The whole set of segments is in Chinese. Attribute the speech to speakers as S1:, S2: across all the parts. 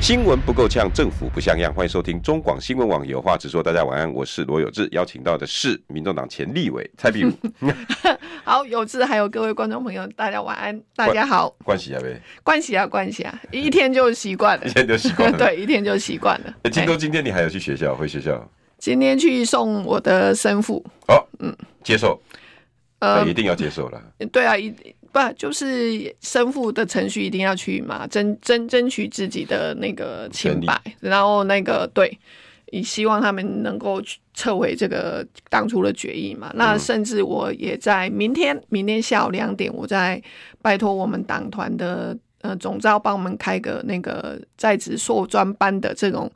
S1: 新闻不够呛，政府不像样。欢迎收听中广新闻网有话直说。大家晚安，我是罗有志，邀请到的是民众党前立委蔡壁如。
S2: 好，有志还有各位观众朋友，大家晚安，大家好，
S1: 关系啊呗，
S2: 惯习啊，惯习啊，一天就习惯了
S1: 一，天就习惯了。
S2: 对，一天就习惯了。
S1: 哎，金
S2: 哎
S1: 哥，今天你还有去学校？回学校？
S2: 今天去送我的生父，
S1: 哦，嗯，接受，
S2: 呃
S1: 哎，一定要接受了。
S2: 对啊，一不就是生父的程序一定要去嘛，争争争取自己的那个清白，然后那个对，也希望他们能够去撤回这个当初的决议嘛。那甚至我也在明天，明天下午两点，我在拜托我们党团的呃总召帮我们开个那个在职硕专班的这种。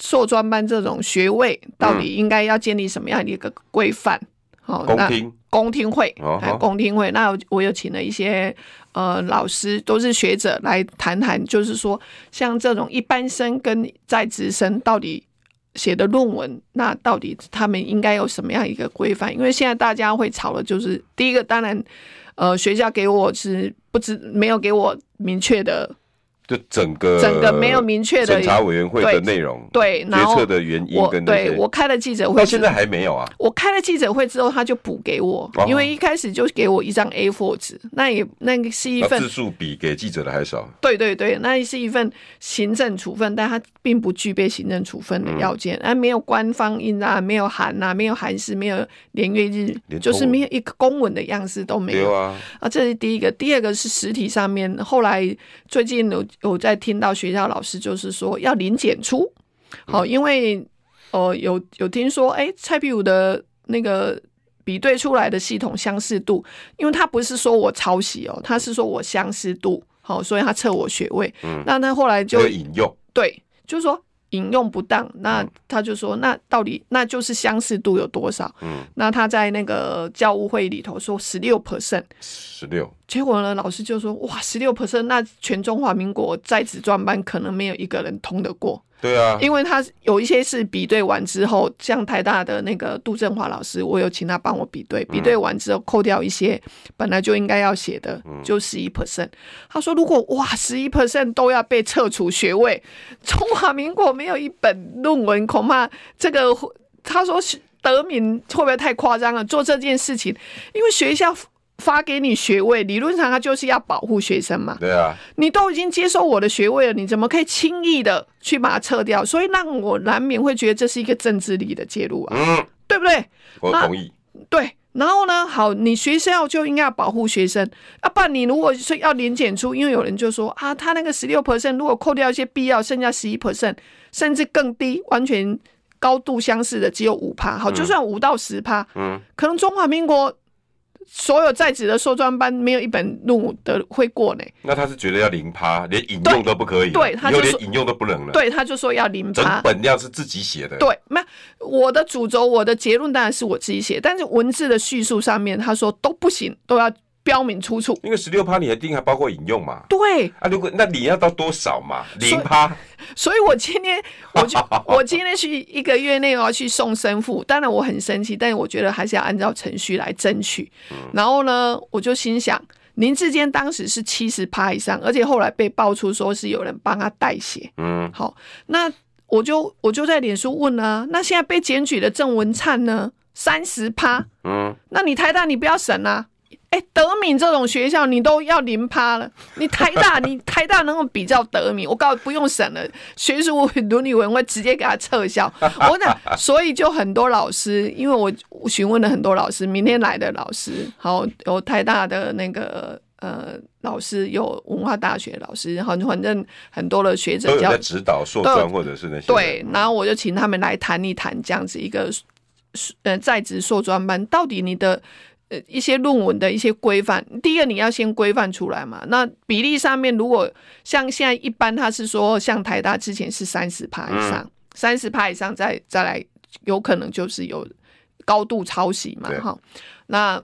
S2: 硕专班这种学位到底应该要建立什么样的一个规范？好、
S1: 公
S2: 哦那
S1: 听，
S2: 公听会
S1: 哦，
S2: 还有公听会。那我我有请了一些呃老师，都是学者来谈谈，就是说像这种一般生跟在职生到底写的论文，那到底他们应该有什么样一个规范？因为现在大家会吵的就是第一个，当然呃学校给我是不知没有给我明确的，
S1: 就整个
S2: 整个没有明确的
S1: 审查委员会的
S2: 对
S1: 内容、
S2: 对，然
S1: 决
S2: 后
S1: 策的原因
S2: 我
S1: 跟那
S2: 对
S1: 些
S2: 我，开了记者会
S1: 到
S2: 之，
S1: 现在还没有啊。
S2: 我开了记者会之后，他就补给我，
S1: 哦
S2: 因为一开始就给我一张 A4 纸，那也那个是一
S1: 那
S2: 份
S1: 字数比给记者的还少，
S2: 对对对，那是一份行政处分，但它并不具备行政处分
S1: 嗯
S2: 的要件，啊，没有官方印啊，没有函啊，没有函释，没有连月日
S1: 连，
S2: 就是
S1: 公文
S2: 没有一个公文的样式都没
S1: 对
S2: 有
S1: 啊，
S2: 啊，这是第一个。第二个是实体上面，后来最近有有在听到学校老师就是说要零检出，好、因为呃有有听说，哎，蔡壁如的那个比对出来的系统相似度，因为他不是说我抄袭哦，他是说我相似度，好、所以他测我学位。那他后来就
S1: 就引用，
S2: 对，就是说引用不当，那他就说，那到底那就是相似度有多少？
S1: 嗯，
S2: 那他在那个教务会议里头说十六 percent，
S1: 十六，
S2: 结果呢，老师就说，哇，十六 percent，那全中华民国在职专班可能没有一个人通得过，
S1: 对啊，
S2: 因为他有一些是比对完之后，像台大的那个杜振华老师，我有请他帮我比对，比对完之后扣掉一些本来就应该要写的，就十一 percent。他说，如果哇十一 percent 都要被撤除学位，中华民国没有一本论文，恐怕这个他说是得名会不会太夸张了？啊做这件事情，因为学校。发给你学位，理论上他就是要保护学生嘛。
S1: 对啊，
S2: 你都已经接受我的学位了，你怎么可以轻易的去把它撤掉？所以让我难免会觉得这是一个政治力的介入啊，
S1: 嗯，
S2: 对不对？
S1: 我
S2: 那
S1: 同意，
S2: 对。然后呢，好，你学校就应该要保护学生，啊，不然你如果是要零检出，因为有人就说啊，他那个十六 percent 如果扣掉一些必要，剩下十一 percent，甚至更低，完全高度相似的只有五趴，好，就算五到十趴，
S1: 嗯，
S2: 可能中华民国所有在职的硕专班没有一本论文的会过呢，
S1: 那他是觉得要零趴，连引用都不可以了，啊
S2: 对他
S1: 以后
S2: 就
S1: 连
S2: 说
S1: 引用都不能了，
S2: 对，他就说要零
S1: 整
S2: 趴，
S1: 本要是自己写的，
S2: 对，那我的主轴、我的结论当然是我自己写，但是文字的叙述上面，他说都不行，都要标明出处。
S1: 因为十六趴你一定还包括引用嘛，
S2: 对，
S1: 啊，如果那你要到多少嘛，
S2: 以
S1: 零趴，
S2: 所以我今天我就 我今天去一个月内我要去送生父，当然我很生气，但是我觉得还是要按照程序来争取。然后呢，我就心想，林志坚当时是七十趴以上，而且后来被爆出说是有人帮他代写。
S1: 嗯，
S2: 好，那我就我就在脸书问啊，那现在被检举的郑文灿呢，三十趴，
S1: 嗯，
S2: 那你台大你不要省啊。哎，德敏这种学校你都要零趴了，你台 大你台大能够比较德敏，我告诉你不用省了，学术伦理委员会直接给他 撤销。我讲，所以就很多老师，因为我我询问了很多老师，明天来的老师，好有台大的那个呃老师，有文化大学老师，然后反正很多的学
S1: 都
S2: 者
S1: 有
S2: 教
S1: 在指导硕专或者是那些，
S2: 对，，然后我就请他们来谈一谈这样子一个呃在职硕专班，到底你的呃一些论文的一些规范，第一个你要先规范出来嘛。那比例上面，如果像现在一般，他是说像台大
S1: 嗯
S2: 之前是三十趴以上，三十趴以上再再来，有可能就是有高度抄袭嘛
S1: 对
S2: 哈。那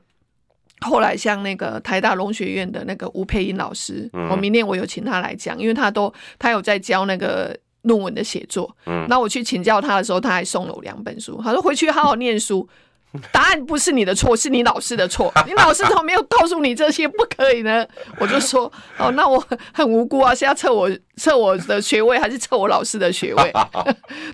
S2: 后来像那个台大农学院的那个吴佩英老师，我明天我有请他来讲，因为他都他有在教那个。论文的写作，
S1: 嗯
S2: 那我去请教他的时候，他还送了我两本书，他说回去好好念书，答案不是你的错，是你老师的错。你老师怎么没有告诉你这些？不可以呢？我就说，哦，那我很无辜啊，是要测我测我的学位，还是测我老师的学位？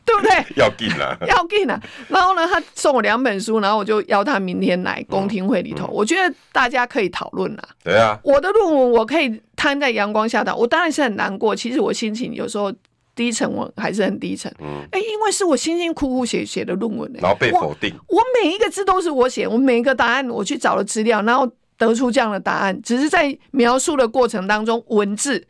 S2: 对不对？
S1: 要进了，
S2: 要给呢。然后呢，他送我两本书，然后我就邀他明天来公听会里
S1: 嗯
S2: 头。我觉得大家可以讨论啦。
S1: 对啊，
S2: 我的论文我可以摊在阳光下的，我当然是很难过。其实我心情有时候低沉，我还是很低沉。
S1: 嗯，
S2: 哎，因为是我辛辛苦苦写写的论文、欸，
S1: 然后被
S2: 我
S1: 否定，
S2: 我每一个字都是我写，我每一个答案我去找了资料，然后得出这样的答案，只是在描述的过程当中，文字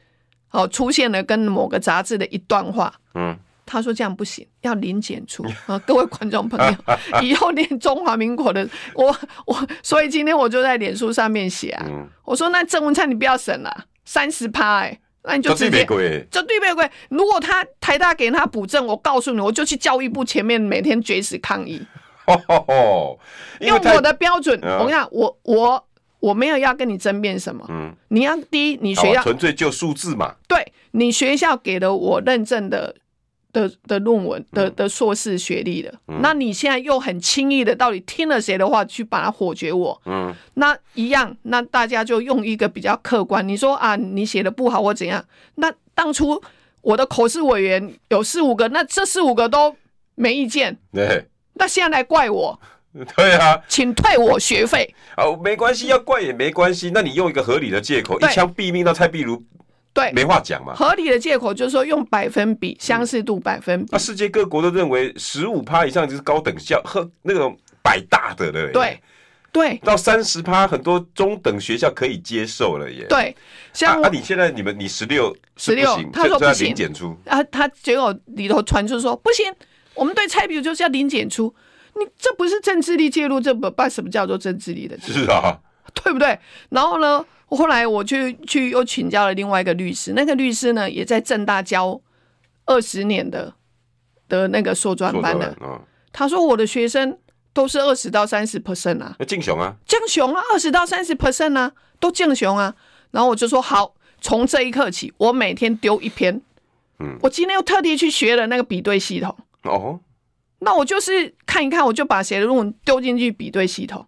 S2: 哦出现了跟某个杂志的一段话，
S1: 嗯，
S2: 他说这样不行，要零检出啊！各位观众朋 友，以后念中华民国的我我，所以今天我就在脸书上面写啊，
S1: 嗯，
S2: 我说那郑文灿你不要审了、三十趴哎，那你就
S1: 就
S2: 直
S1: 是
S2: 接
S1: 玫。瑰，
S2: 这对不对？如果他台大给他补正，我告诉你，我就去教育部前面每天绝食抗议。
S1: 吼吼吼，因
S2: 用
S1: 为太
S2: 我，的标准，
S1: 嗯
S2: 我跟你讲，我我我没有要跟你争辩什么。
S1: 嗯，
S2: 你要第一，你学
S1: 好啊
S2: 校、
S1: 纯粹就数字嘛，
S2: 对你学校给了我认证的的的论文
S1: 嗯
S2: 的的硕士学历的，那你现在又很轻易的到底听了谁的话去把它否决我，
S1: 嗯，
S2: 那一样，那大家就用一个比较客观，你说啊，你写的不好或怎样，那当初我的口试委员有四五个，那这四五个都没意见，
S1: 对，
S2: 那现在来怪我，
S1: 对啊，
S2: 请退我学费。
S1: 啊，没关系，要怪也没关系，那你用一个合理的借口，一
S2: 对
S1: 枪毙命，那蔡壁如
S2: 对，
S1: 没话讲嘛。
S2: 合理的借口就是说用百分比相似度百分比
S1: 那、，世界各国都认为十五趴以上就是高等校和那种百大的了耶，
S2: 对，对
S1: 到三十趴，很多中等学校可以接受了耶。
S2: 对，像
S1: 啊，啊你现在你们你十六
S2: 16他说
S1: 要
S2: 不行
S1: 零检出，
S2: 啊，他结果里头传出说不行，我们对蔡壁如就是要零检出，你这不是政治力介入，这不把什么叫做政治力的，
S1: 是啊，
S2: 对不对？然后呢，后来我去去又请教了另外一个律师，那个律师呢也在正大教二十年的的那个硕专
S1: 做
S2: 班
S1: 得
S2: 的，
S1: 完啊，
S2: 他说我的学生都是二十到三十 percent 啊，
S1: 那敬雄啊，
S2: 降熊啊，二十到三十 percent 啊，都降熊啊。然后我就说好，从这一刻起，我每天丢一篇。
S1: 嗯，
S2: 我今天又特地去学了那个比对系统，
S1: 哦，
S2: 那我就是看一看，我就把谁的论文丢进去比对系统，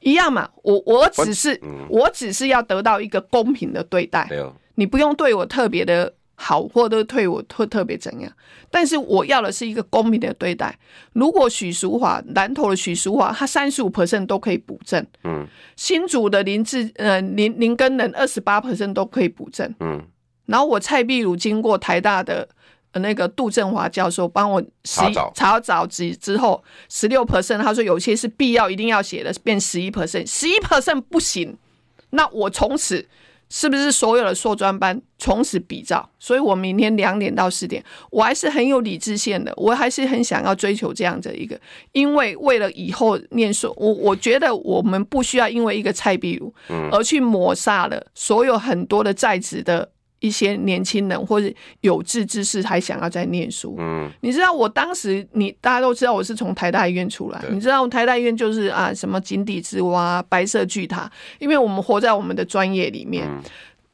S2: 一样嘛。我我只是
S1: 我嗯
S2: 我只是要得到一个公平的对待，
S1: 没有，
S2: 你不用对我特别的好，或者对我特特别怎样。但是我要的是一个公平的对待。如果许淑华南投的许淑华，他三十五 percent 都可以补正，
S1: 嗯
S2: 新竹的林志呃林林根人二十八 percent 都可以补正，
S1: 嗯，
S2: 然后我蔡壁如经过台大的、呃那个杜振华教授帮我十
S1: 查找
S2: 查找之之后，十六 percent 他说有些是必要一定要写的，变十一 percent，十一 percent 不行，那我从此。是不是所有的硕专班从此比照？所以我明天两点到四点，我还是很有理智线的，我还是很想要追求这样的一个，因为为了以后念书，我我觉得我们不需要因为一个蔡壁如，
S1: 嗯
S2: 而去抹杀了所有很多的在职的一些年轻人或者有志之士还想要再念书。
S1: 嗯，
S2: 你知道我当时，你大家都知道我是从台大医院出来
S1: 对，
S2: 你知道台大医院就是啊什么井底之蛙、白色巨塔，因为我们活在我们的专业里面。
S1: 嗯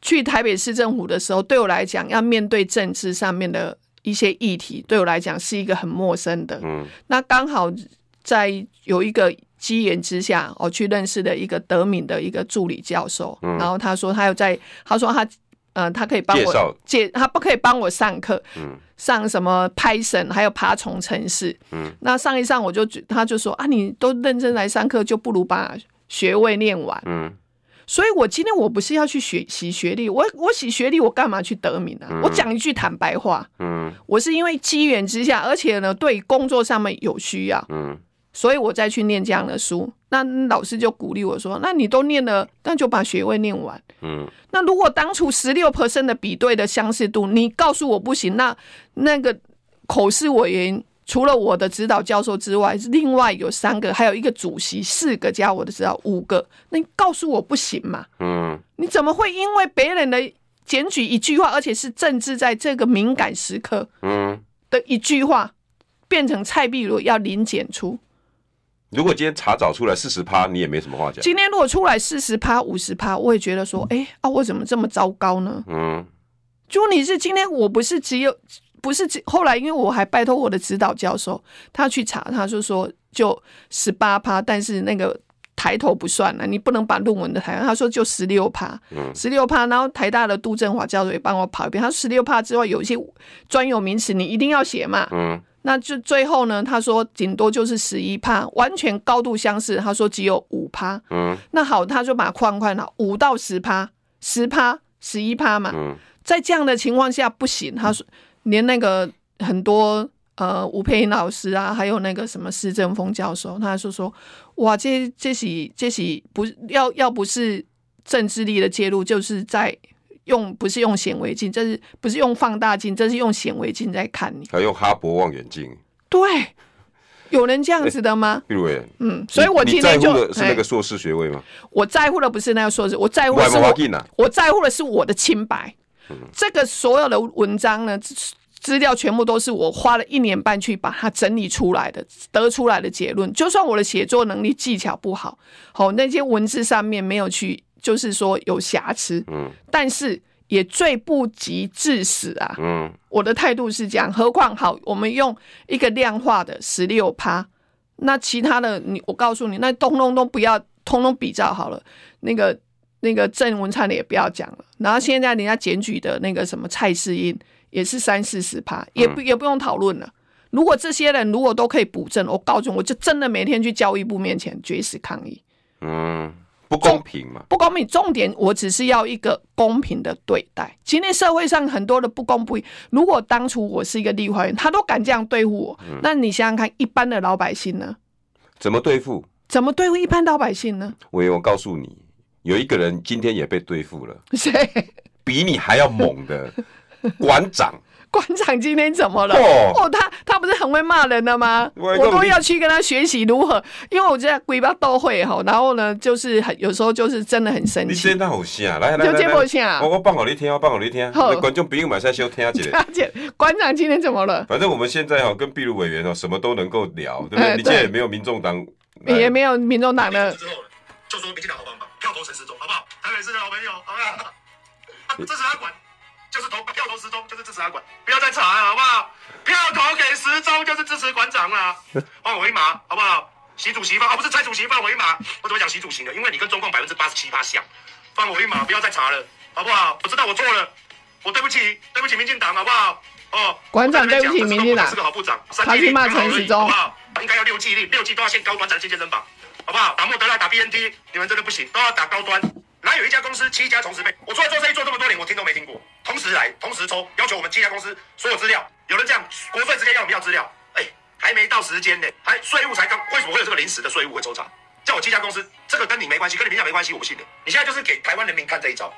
S2: 去台北市政府的时候，对我来讲，要面对政治上面的一些议题，对我来讲是一个很陌生的。
S1: 嗯，
S2: 那刚好在有一个机缘之下，我、去认识了一个德敏的一个助理教授，然后他说他有在，他说他。呃，他可以帮
S1: 嗯介绍
S2: 我介，他不可以帮我上课，
S1: 嗯
S2: 上什么 Python，还有爬虫程式，
S1: 嗯，
S2: 那上一上我就觉他就说啊，你都认真来上课，就不如把学位念完，
S1: 嗯，
S2: 所以我今天我不是要去学洗学历，我我洗学历，我干嘛去得名啊？我讲一句坦白话，
S1: 嗯，
S2: 我是因为机缘之下，而且呢，对工作上面有需要，
S1: 嗯，
S2: 所以我再去念这样的书。那老师就鼓励我说：“那你都念了，那就把学位念完。”
S1: 嗯，
S2: 那如果当初十六 percent 的比对的相似度，你告诉我不行，那那个口试委员除了我的指导教授之外，另外有三个，还有一个主席，四个加我的指导五个，那你告诉我不行嘛？
S1: 嗯，
S2: 你怎么会因为别人的检举一句话，而且是政治在这个敏感时刻
S1: 嗯，
S2: 的一句话，变成蔡壁如要零检出？
S1: 如果今天查找出来四十趴，你也没什么话讲。
S2: 今天如果出来四十趴、五十趴，我也觉得说，哎、啊，我怎么这么糟糕呢？
S1: 嗯，
S2: 就你是今天我不是只有不是只后来，因为我还拜托我的指导教授，他去查，他就说就十八趴，但是那个抬头不算了，啊你不能把论文的抬头，他说就十六趴，十六趴，然后台大的杜振华教授也帮我跑一遍，他十六趴之外有一些专有名词你一定要写嘛，
S1: 嗯，
S2: 那就最后呢，他说顶多就是十一趴，完全高度相似，他说只有五趴，
S1: 嗯，
S2: 那好，他就把它框框了五到十趴，十趴，十一趴嘛，
S1: 嗯，
S2: 在这样的情况下不行，他说连那个很多呃吴佩英老师啊，还有那个什么施正峰教授，他就说哇，这这是这是不要要不是政治力的介入，就是在用不是用显微镜，这是不是用放大镜，这是用显微镜在看你。
S1: 还用哈勃望远镜，
S2: 对，有人这样子的吗？
S1: 玉伟，
S2: 嗯，所以我
S1: 你
S2: 今
S1: 你在
S2: 天就
S1: 乎的是那个
S2: 哎
S1: 硕士学位吗？
S2: 我在乎的不是那个硕士，我在乎
S1: 外
S2: 的是
S1: 贸
S2: 我
S1: 进啊，
S2: 我在乎的是我的清白。这个所有的文章呢，资资料全部都是我花了一年半去把它整理出来的，得出来的结论。就算我的写作能力技巧不好，好、那些文字上面没有去，就是说有瑕疵，
S1: 嗯
S2: 但是也罪不及致死啊。
S1: 嗯
S2: 我的态度是这样，何况好，我们用一个量化的十六趴，那其他的你，我告诉你，那通通都不要，通通比较好了。那个那个郑文灿的也不要讲了，然后现在人家检举的那个什么蔡世英也是三四十趴，也不也不用讨论了。如果这些人如果都可以补正，我告诉你，我就真的每天去教育部面前绝食抗议。
S1: 嗯，不公平嘛，
S2: 不公平，重点我只是要一个公平的对待。今天社会上很多的不公不义，如果当初我是一个立法员，他都敢这样对付我，
S1: 嗯
S2: 那你想想看，一般的老百姓呢，
S1: 怎么对付？
S2: 怎么对付一般老百姓呢？
S1: 我我告诉你，有一个人今天也被对付了，
S2: 谁？
S1: 比你还要猛 的馆长，
S2: 馆长今天怎么了？
S1: 哦
S2: 哦，他他不是很会骂人的吗？
S1: 我
S2: 我
S1: 跟你
S2: 都要去跟他学习如何，因为我在鬼巴斗会吼，然后呢，就是很有时候就是真的很生
S1: 你
S2: 气。
S1: 真的好像啊来来
S2: 就
S1: 来
S2: 见不
S1: 来，
S2: 下
S1: 我，我放给你听，我哦放给你听，
S2: 啊好
S1: 那观众朋友们再收听 一下。
S2: 而且啊馆长今天怎么了？
S1: 反正我们现在哈、跟秘鲁委员哦、什么都能够聊，对不对？
S2: 哎
S1: 你现在
S2: 对
S1: 也没有民众党，
S2: 也没有民众党的
S3: 之后，就说民进党好棒棒，票投陈时中，好不好？台北市的好朋友，好不好？啊支持他管，就是投票投时中，就是支持他管，不要再吵了，好不好？票投给时中，就是支持馆长啦，换我一马，好不好？习主席放啊，不是蔡主席放我一马，我怎么讲习主席呢？因为你跟中共百分之八十七趴像，放我一马，不要再查了，好不好？我知道我错了，我对不起，对不起民进党，好不好？哦，
S2: 馆长对不起民进党
S3: 我在这边讲陈时中不是个好部长，
S2: 他去骂陈时中
S3: 好不好？应该要六 G 力，六 G 都要限高端才能进健身房，好不好？打莫德纳、打 BNT，你们真的不行，都要打高端。哪有一家公司七家同时配？我出来做生意做这么多年，我听都没听过。同时来，同时抽，要求我们七家公司所有资料。有人这样，国税直接要我们要资料。哎，还没到时间呢，还税务才刚，为什么会有这个临时的税务会抽查？叫我七家公司，这个跟你没关系，跟你名下没关系，我不信的。你现在就是给台湾人民看这一招。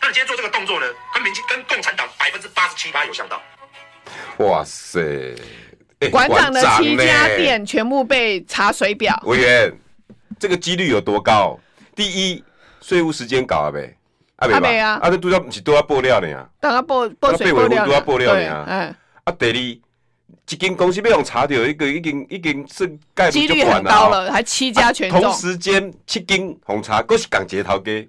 S3: 那你今天做这个动作呢，跟民进跟共产党百分之八十七八有相当。
S1: 哇塞！哎
S2: 馆长的七家
S1: 呢
S2: 店全部被查水表，
S1: 委员，这个几率有多高？第一，税务时间搞啊呗，啊
S2: 啊没
S1: 吧
S2: 啊
S1: 啊这都要不是都要爆料的呀。
S2: 大家报报水
S1: 那被
S2: 报
S1: 维护
S2: 料
S1: 都要报料
S2: 对
S1: 的啊
S2: 嗯，
S1: 啊，第二，一间公司被用查到一个已经已经是概率
S2: 几
S1: 就
S2: 率
S1: 管
S2: 很
S1: 了啊
S2: 高。了，还七家全中
S1: 同，时间七间红茶，都是港捷头家，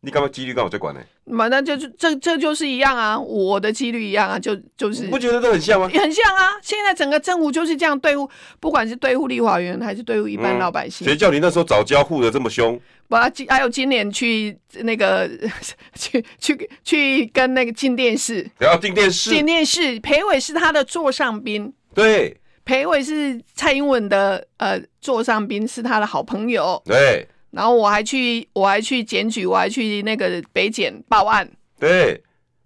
S1: 你干嘛几率跟我最管呢？
S2: 嘛、那就是这这就是一样啊，我的几率一样啊，就就是
S1: 你不觉得都很像吗？
S2: 也很像啊。现在整个政府就是这样对付，不管是对付立法员还是对付一般老百姓
S1: 谁，叫你那时候早交互的这么凶？
S2: 把、今还有今年去那个 去去去跟那个进电视，
S1: 然后订电视，
S2: 进电视，裴伟是他的座上宾。
S1: 对
S2: 裴伟是蔡英文的呃座上宾，是他的好朋友。
S1: 对
S2: 然后我还去，我还去检举，我还去那个北检报案。
S1: 对，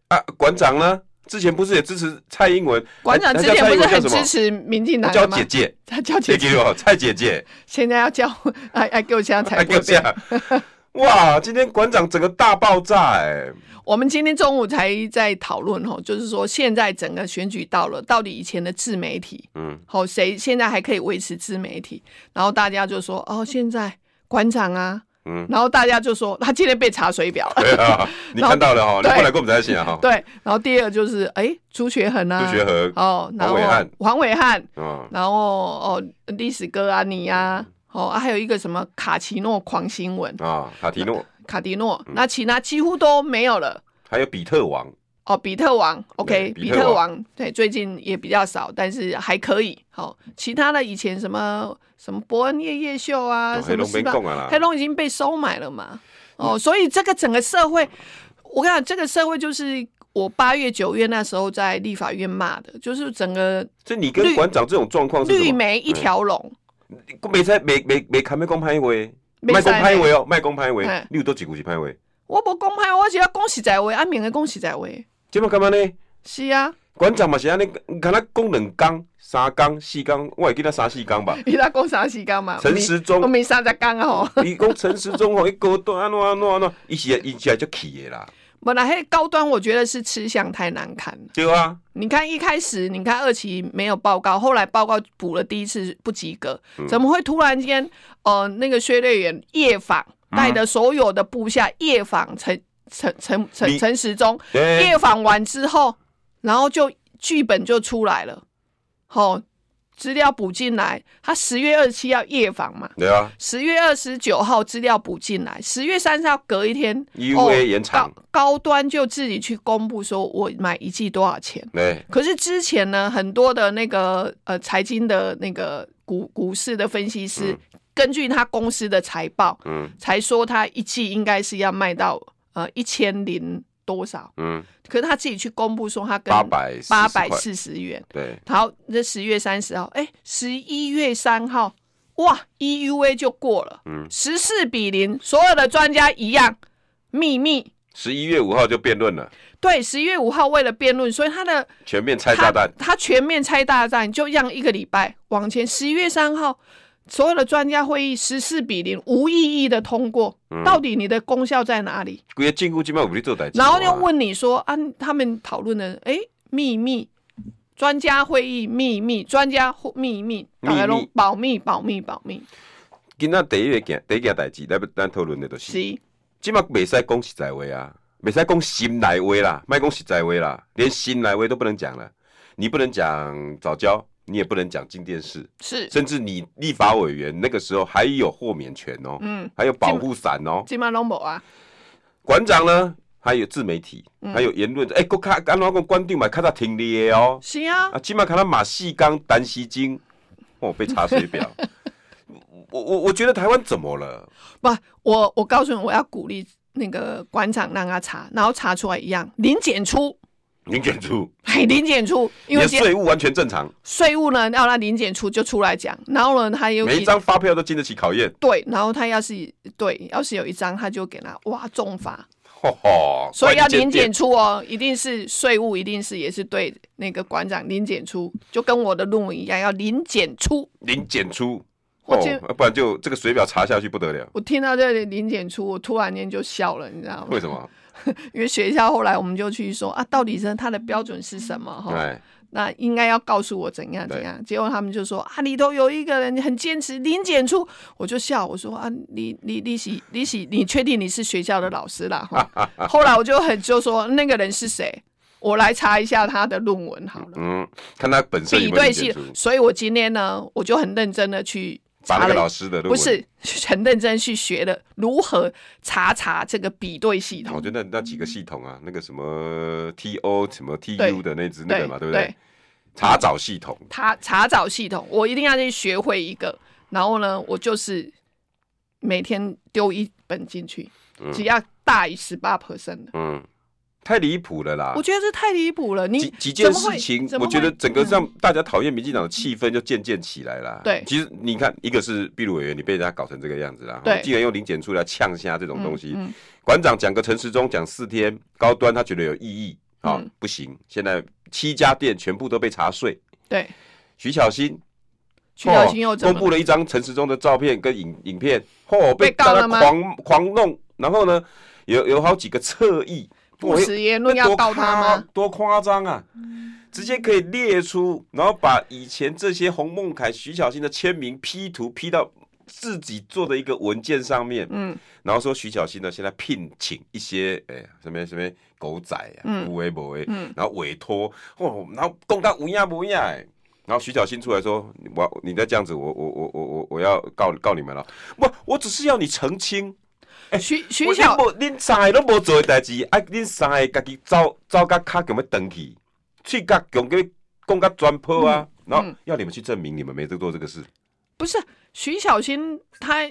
S1: 啊，馆长呢？之前不是也支持蔡英文？
S2: 馆长
S1: 他
S2: 之
S1: 哎他叫
S2: 前
S1: 蔡
S2: 不
S1: 英
S2: 是
S1: 文
S2: 很
S1: 叫什么
S2: 支持民进
S1: 我
S2: 党
S1: 叫
S2: 的吗
S1: 姐？姐，
S2: 他叫
S1: 姐
S2: 姐
S1: 姐
S2: 姐，
S1: 哦，蔡姐姐，
S2: 现在要 叫哎哎给我加
S1: 还
S2: 才
S1: 给我
S2: 不
S1: 这样。 哇，今天馆长整个大爆炸哎、
S2: 我们今天中午才在讨论哦，就是说现在整个选举到了，到底以前的自媒体，
S1: 嗯，
S2: 好谁现在还可以维持自媒体？然后大家就说哦，现在馆长啊，
S1: 嗯，
S2: 然后大家就说他今天被查水表了。
S1: 对啊，你看到了哈、哦，你
S2: 对
S1: 后来跟我们在一起啊哈，
S2: 对，然后第二就是哎，朱学恒啊，
S1: 朱学恒
S2: 哦，然后
S1: 黄伟汉
S2: 黄伟汉，
S1: 哦，
S2: 然后哦，历史哥啊，你呀、哦、啊还有一个什么卡奇诺狂新闻，
S1: 啊，卡提诺，
S2: 卡迪诺，
S1: 嗯
S2: 那其他几乎都没有了。
S1: 还有比特王，
S2: 哦，比特王，OK，
S1: 比
S2: 比
S1: 特王
S2: 特王，对，最近也比较少，但是还可以。好、其他的以前什么什么伯恩夜夜秀啊，
S1: 哦
S2: 什么
S1: 黑龙
S2: 斯
S1: 没
S2: 巴
S1: 供啊啦
S2: 黑龙已经被收买了嘛。哦，所以这个整个社会，我跟你讲，这个社会就是我八月九月那时候在立法院骂的，就是整个
S1: 所以你跟
S2: 绿
S1: 馆长这种状况是
S2: 绿
S1: 什么？
S2: 媒一条龙。
S1: 没在没没没看没公拍位，
S2: 不
S1: 卖
S2: 可以
S1: 公拍位哦，卖公拍位
S2: 嘿，
S1: 你有多几股是拍位？
S2: 我不公开，我只要恭喜在位，啊，免得恭喜在位。
S1: 这么干嘛呢？
S2: 是啊，。
S1: 馆长嘛是安尼，敢若讲两工、三工、四工，我会记得三四工吧
S2: 伊拉讲啥时间嘛？
S1: 陈时中
S2: 我们三十讲啊吼。
S1: 伊讲陈时中吼，伊高端安怎安怎安怎，伊是伊是就起的啦，
S2: 本来嘿高端，我觉得是吃相太难看了。
S1: 对啊，
S2: 你看一开始，你看二期没有报告，后来报告补了第一次不及格，
S1: 嗯
S2: 怎么会突然间呃那个薛瑞元夜访
S1: 嗯
S2: 带着所有的部下夜访陈陈陈
S1: 你呃
S2: 陈陈时中，
S1: 对
S2: 夜访完之后，然后就剧本就出来了，吼、资料补进来，他十月二十七要夜访嘛，
S1: 对啊，
S2: 十月二十九号资料补进来，十月三十号隔一天
S1: UA 延长
S2: 高高端就自己去公布说我买一季多少钱。
S1: 对，
S2: 可是之前呢，很多的那个呃财经的那个股股市的分析师，根据他公司的财报，
S1: 嗯
S2: 才说他一季应该是要卖到呃一千零多少，
S1: 嗯，
S2: 可是他自己去公布说他跟
S1: 840
S2: 八百四十元，
S1: 对，
S2: 好，那十月三十号，哎，十一月三号，哇，EUA 就过了，
S1: 嗯
S2: 十四比零，所有的专家一样，秘密。
S1: 十一月五号就辩论了，
S2: 对，十一月五号为了辩论，所以他的
S1: 全面拆炸
S2: 他
S1: 弹，
S2: 他全面拆大战，就让一个礼拜往前。十一月三号，所有的专家会议十四比零无意义的通过，到底你的功效在哪里？
S1: 规个禁锢今晚有在做代志，
S2: 然后又，问你说啊，他们讨论的哎秘密，专家会议秘密，专家会秘密，大家
S1: 秘
S2: 都
S1: 密
S2: 保密保密保密。
S1: 今仔第一个件第一件代志，咱要咱讨论的就是，
S2: 是，
S1: 今晚袂使讲实在话啊，袂使讲心内话啦，卖讲实在话啦，连心内话都不能讲了，你不能讲早教，你也不能讲进电视。
S2: 是，
S1: 甚至你立法委员那个时候还有豁免权哦，
S2: 嗯，
S1: 还有保护伞哦。
S2: 金马龙某啊，
S1: 馆长呢，还有自媒体，
S2: 嗯
S1: 还有言论，哎、国卡安怎讲关注嘛，看到挺厉害哦。
S2: 是啊
S1: 啊，，起码看到马戏刚、单西京，哦，被查水 表。我我我觉得台湾怎么了？
S2: 不，我我告诉你，我要鼓励那个馆长让他查，然后查出来一样零检出，
S1: 林卷出，
S2: 嘿，零检出，
S1: 你
S2: 因为
S1: 的
S2: 今
S1: 税务完全正常，
S2: 税务呢要让零检出就出来讲，然后呢他又
S1: 每一张发票都经得起考验。
S2: 对，然后他要是对，要是有一张他就给他哇重罚，
S1: 吼吼，
S2: 所以要
S1: 关键
S2: 零检
S1: 点
S2: 出哦，一定是税务，一定是也是对那个馆长零检出，就跟我的论文一样，要零检出。
S1: 零检出，
S2: 我
S1: 哦
S2: 就，
S1: 不然就这个水表查下去不得了。
S2: 我听到这里零检出，我突然间就笑了，你知道吗？
S1: 为什？么？
S2: 因为学校后来我们就去说啊，到底是他的标准是什么？哈，
S1: 哎，
S2: 那应该要告诉我怎样
S1: 对
S2: 怎样。结果他们就说啊，里头有一个人很坚持零检出，我就笑我说啊，你你你喜你喜，你确定你是学校的老师 啦？哈，后来我就很就说那个人是谁？我来查一下他的论文好了，
S1: 嗯，看他本身有
S2: 比
S1: 没有
S2: 对
S1: 零
S2: 系
S1: 检
S2: 统
S1: 出。。
S2: 所以我今天呢，我就很认真的去
S1: 把
S2: 查
S1: 那个老
S2: 了，
S1: 师的论
S2: 不
S1: 文
S2: 是 很认真去学了如何查查这个比对系统
S1: 哦我。觉得那那几个系统啊，那个什么 T O 什么 T
S2: 对
S1: U 的那只那个嘛，对不对？
S2: 对
S1: 查找系统，
S2: 他查找系统，我一定要去学会一个。然后呢，我就是每天丢一本进去，只要大于十八 percent 的，
S1: 嗯，太离谱了啦
S2: 我！觉得这太离谱了。你
S1: 几几件
S2: 哎怎么
S1: 事
S2: 会
S1: 情，
S2: 怎么
S1: 我
S2: 会
S1: 觉得整个
S2: 嗯
S1: 让大家讨厌民进党的气氛就渐渐起来啦。
S2: 对
S1: 其实你看，一个是秘鲁委员，你被人家搞成这个样子啦，
S2: 对
S1: 竟然用零检出来呛下这种东西。
S2: 嗯嗯
S1: 馆长讲个陈时中讲四天，高端他觉得有异议啊、
S2: 嗯
S1: 不行，现在七家店全部都被查税。
S2: 对
S1: 徐小新
S2: 徐小新又怎
S1: 哦公
S2: 么
S1: 布
S2: 了？
S1: 了一张陈时中的照片跟影影片，嚯、被
S2: 被告
S1: 大家
S2: 了吗
S1: 狂狂弄，然后呢，有有好几个侧翼，
S2: 不实言论
S1: 那多
S2: 要告他
S1: 夸
S2: 吗？？
S1: 多夸张啊！直接可以列出，然后把以前这些洪孟凯、徐小新的签名 P 图 P 到自己做的一个文件上面，
S2: 嗯，
S1: 然后说徐小新呢现在聘请一些哎、什么什么狗仔啊，无为无为，然后委托哦，然后供他无呀无呀，哎然后徐小新出来说：“我你再这样子，我我我我我我要告告你们了。不，我只是要你澄清。
S2: 徐徐
S1: 我
S2: 小
S1: 恁无恁三个拢无做诶代志，啊，恁三个家己走走到脚强要断去，喙角强要讲到全破啊。
S2: 嗯
S1: 然后要你们去证明你们没做这个事。
S2: 不是徐小新，他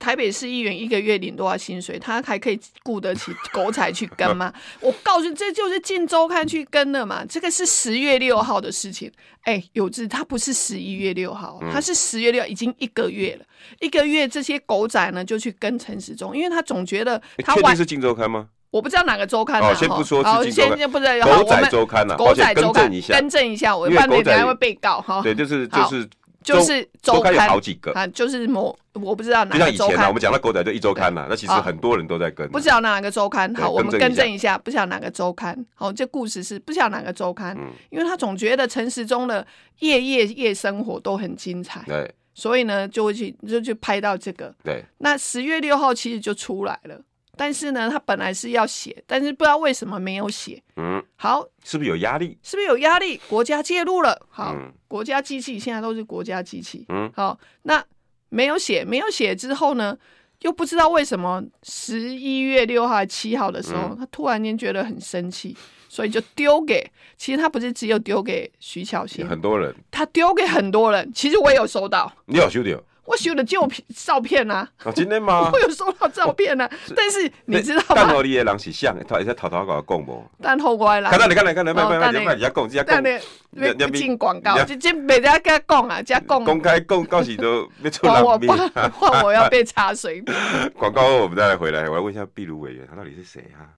S2: 台北市议员一个月领多少薪水，他还可以雇得起狗仔去跟吗？我告诉你，这就是《近周刊》去跟的嘛，这个是十月六号的事情。哎，有志，他不是十一月六号，哦
S1: 嗯
S2: 他是十月六，已经一个月了。一个月，这些狗仔呢就去跟陈时中，因为他总觉得
S1: 诶
S2: 他
S1: 哎确定
S2: 晚，
S1: 是《镜周刊》吗？
S2: 我不知道哪个周刊啊
S1: 哦先不说
S2: 哈好
S1: 是近周刊
S2: 先先不知道好
S1: 狗
S2: 我
S1: 仔
S2: 们
S1: 周刊啊，
S2: 狗仔
S1: 更
S2: 周
S1: 正
S2: 刊
S1: 一下，
S2: 更正一下，我
S1: 因为
S2: 半
S1: 狗
S2: 天
S1: 仔
S2: 等一下会被告哈。
S1: 对，就是就
S2: 好
S1: 是
S2: 就是周
S1: 周刊有
S2: 刊
S1: 好几个，
S2: 啊，就是某我不知道哪
S1: 就像
S2: 个
S1: 以
S2: 周
S1: 前啊，
S2: 刊
S1: 我们，讲到狗仔就一周刊啦，那其实
S2: 啊
S1: 很多人都在跟啊，
S2: 不知道哪个周刊。
S1: 对
S2: 好，我们
S1: 更正一
S2: 更
S1: 下
S2: 正一下，不晓得哪个周刊。好，这故事是不晓得哪个周刊，
S1: 嗯
S2: 因为他总觉得陈时中的夜夜夜生活都很精彩，
S1: 对
S2: 所以呢就会去就去拍到这个。
S1: 对，
S2: 那十月六号其实就出来了，但是呢，他本来是要写，但是不知道为什么没有写。
S1: 嗯，
S2: 好，
S1: 是不是有压力？
S2: 是不是有压力？国家介入了，好，
S1: 嗯
S2: 国家机器现在都是国家机器，
S1: 嗯，
S2: 好，那没有写，没有写之后呢，又不知道为什么十一月六号、七号的时
S1: 嗯
S2: 候，他突然间觉得很生气，所以就丢给，其实他不是只有丢给徐巧芯，
S1: 很多人，
S2: 他丢给很多人，其实我也有收到，
S1: 你有修掉
S2: 我修的旧片照片啊，
S1: 啊？今天吗
S2: 我？有收到照片啊，但是你知道
S1: 干
S2: 吗？
S1: 活你的人是像，他也在偷偷跟我讲无。
S2: 但后过来啦
S1: 看。到你，看到你，看到你，慢慢慢慢，
S2: 哦
S1: 慢慢，人家讲，人家
S2: 但你
S1: 讲，
S2: 要
S1: 人家
S2: 不进广告，
S1: 人
S2: 这这每家跟他讲啊，加讲
S1: 公开讲，到时都要出
S2: 换我
S1: 人命
S2: 换。换我要被查水表。
S1: 广告后我们再来回来，我来问一下壁炉委员，他到底是谁啊？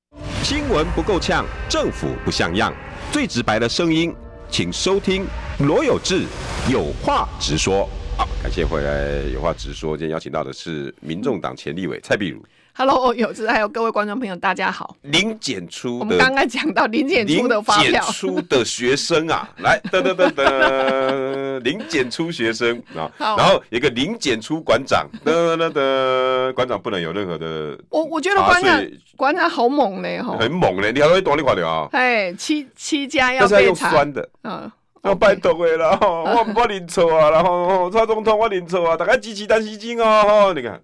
S1: 新闻不够呛，政府不像样，最直白的声音，请收听罗有志有话直说。好，感谢回来有话直说。今天邀请到的是民众党前立委蔡壁如，
S2: Hello，有志还有各位观众朋友，大家好。
S1: 零检出
S2: 嗯我
S1: 的
S2: 们刚刚讲到零检出的 发
S1: 零
S2: 票
S1: 检，出的学生啊，来噔噔噔噔，零检出学生啊，
S2: 好
S1: 然后有一个零检出馆长，噔噔噔，馆长不能有任何的，
S2: 我我觉得馆
S1: 啊
S2: 长
S1: 所以
S2: 馆长好猛嘞哈！
S1: 很猛嘞，你还会懂你垮掉啊？
S2: 哎，七七家要
S1: 哎但是要
S2: 被
S1: 用
S2: 查，
S1: 酸的。
S2: 嗯，
S1: 我拜托的啦，吼， 我我认错啊，然后蔡总统我认错啊，大家支持单西金哦，吼，你看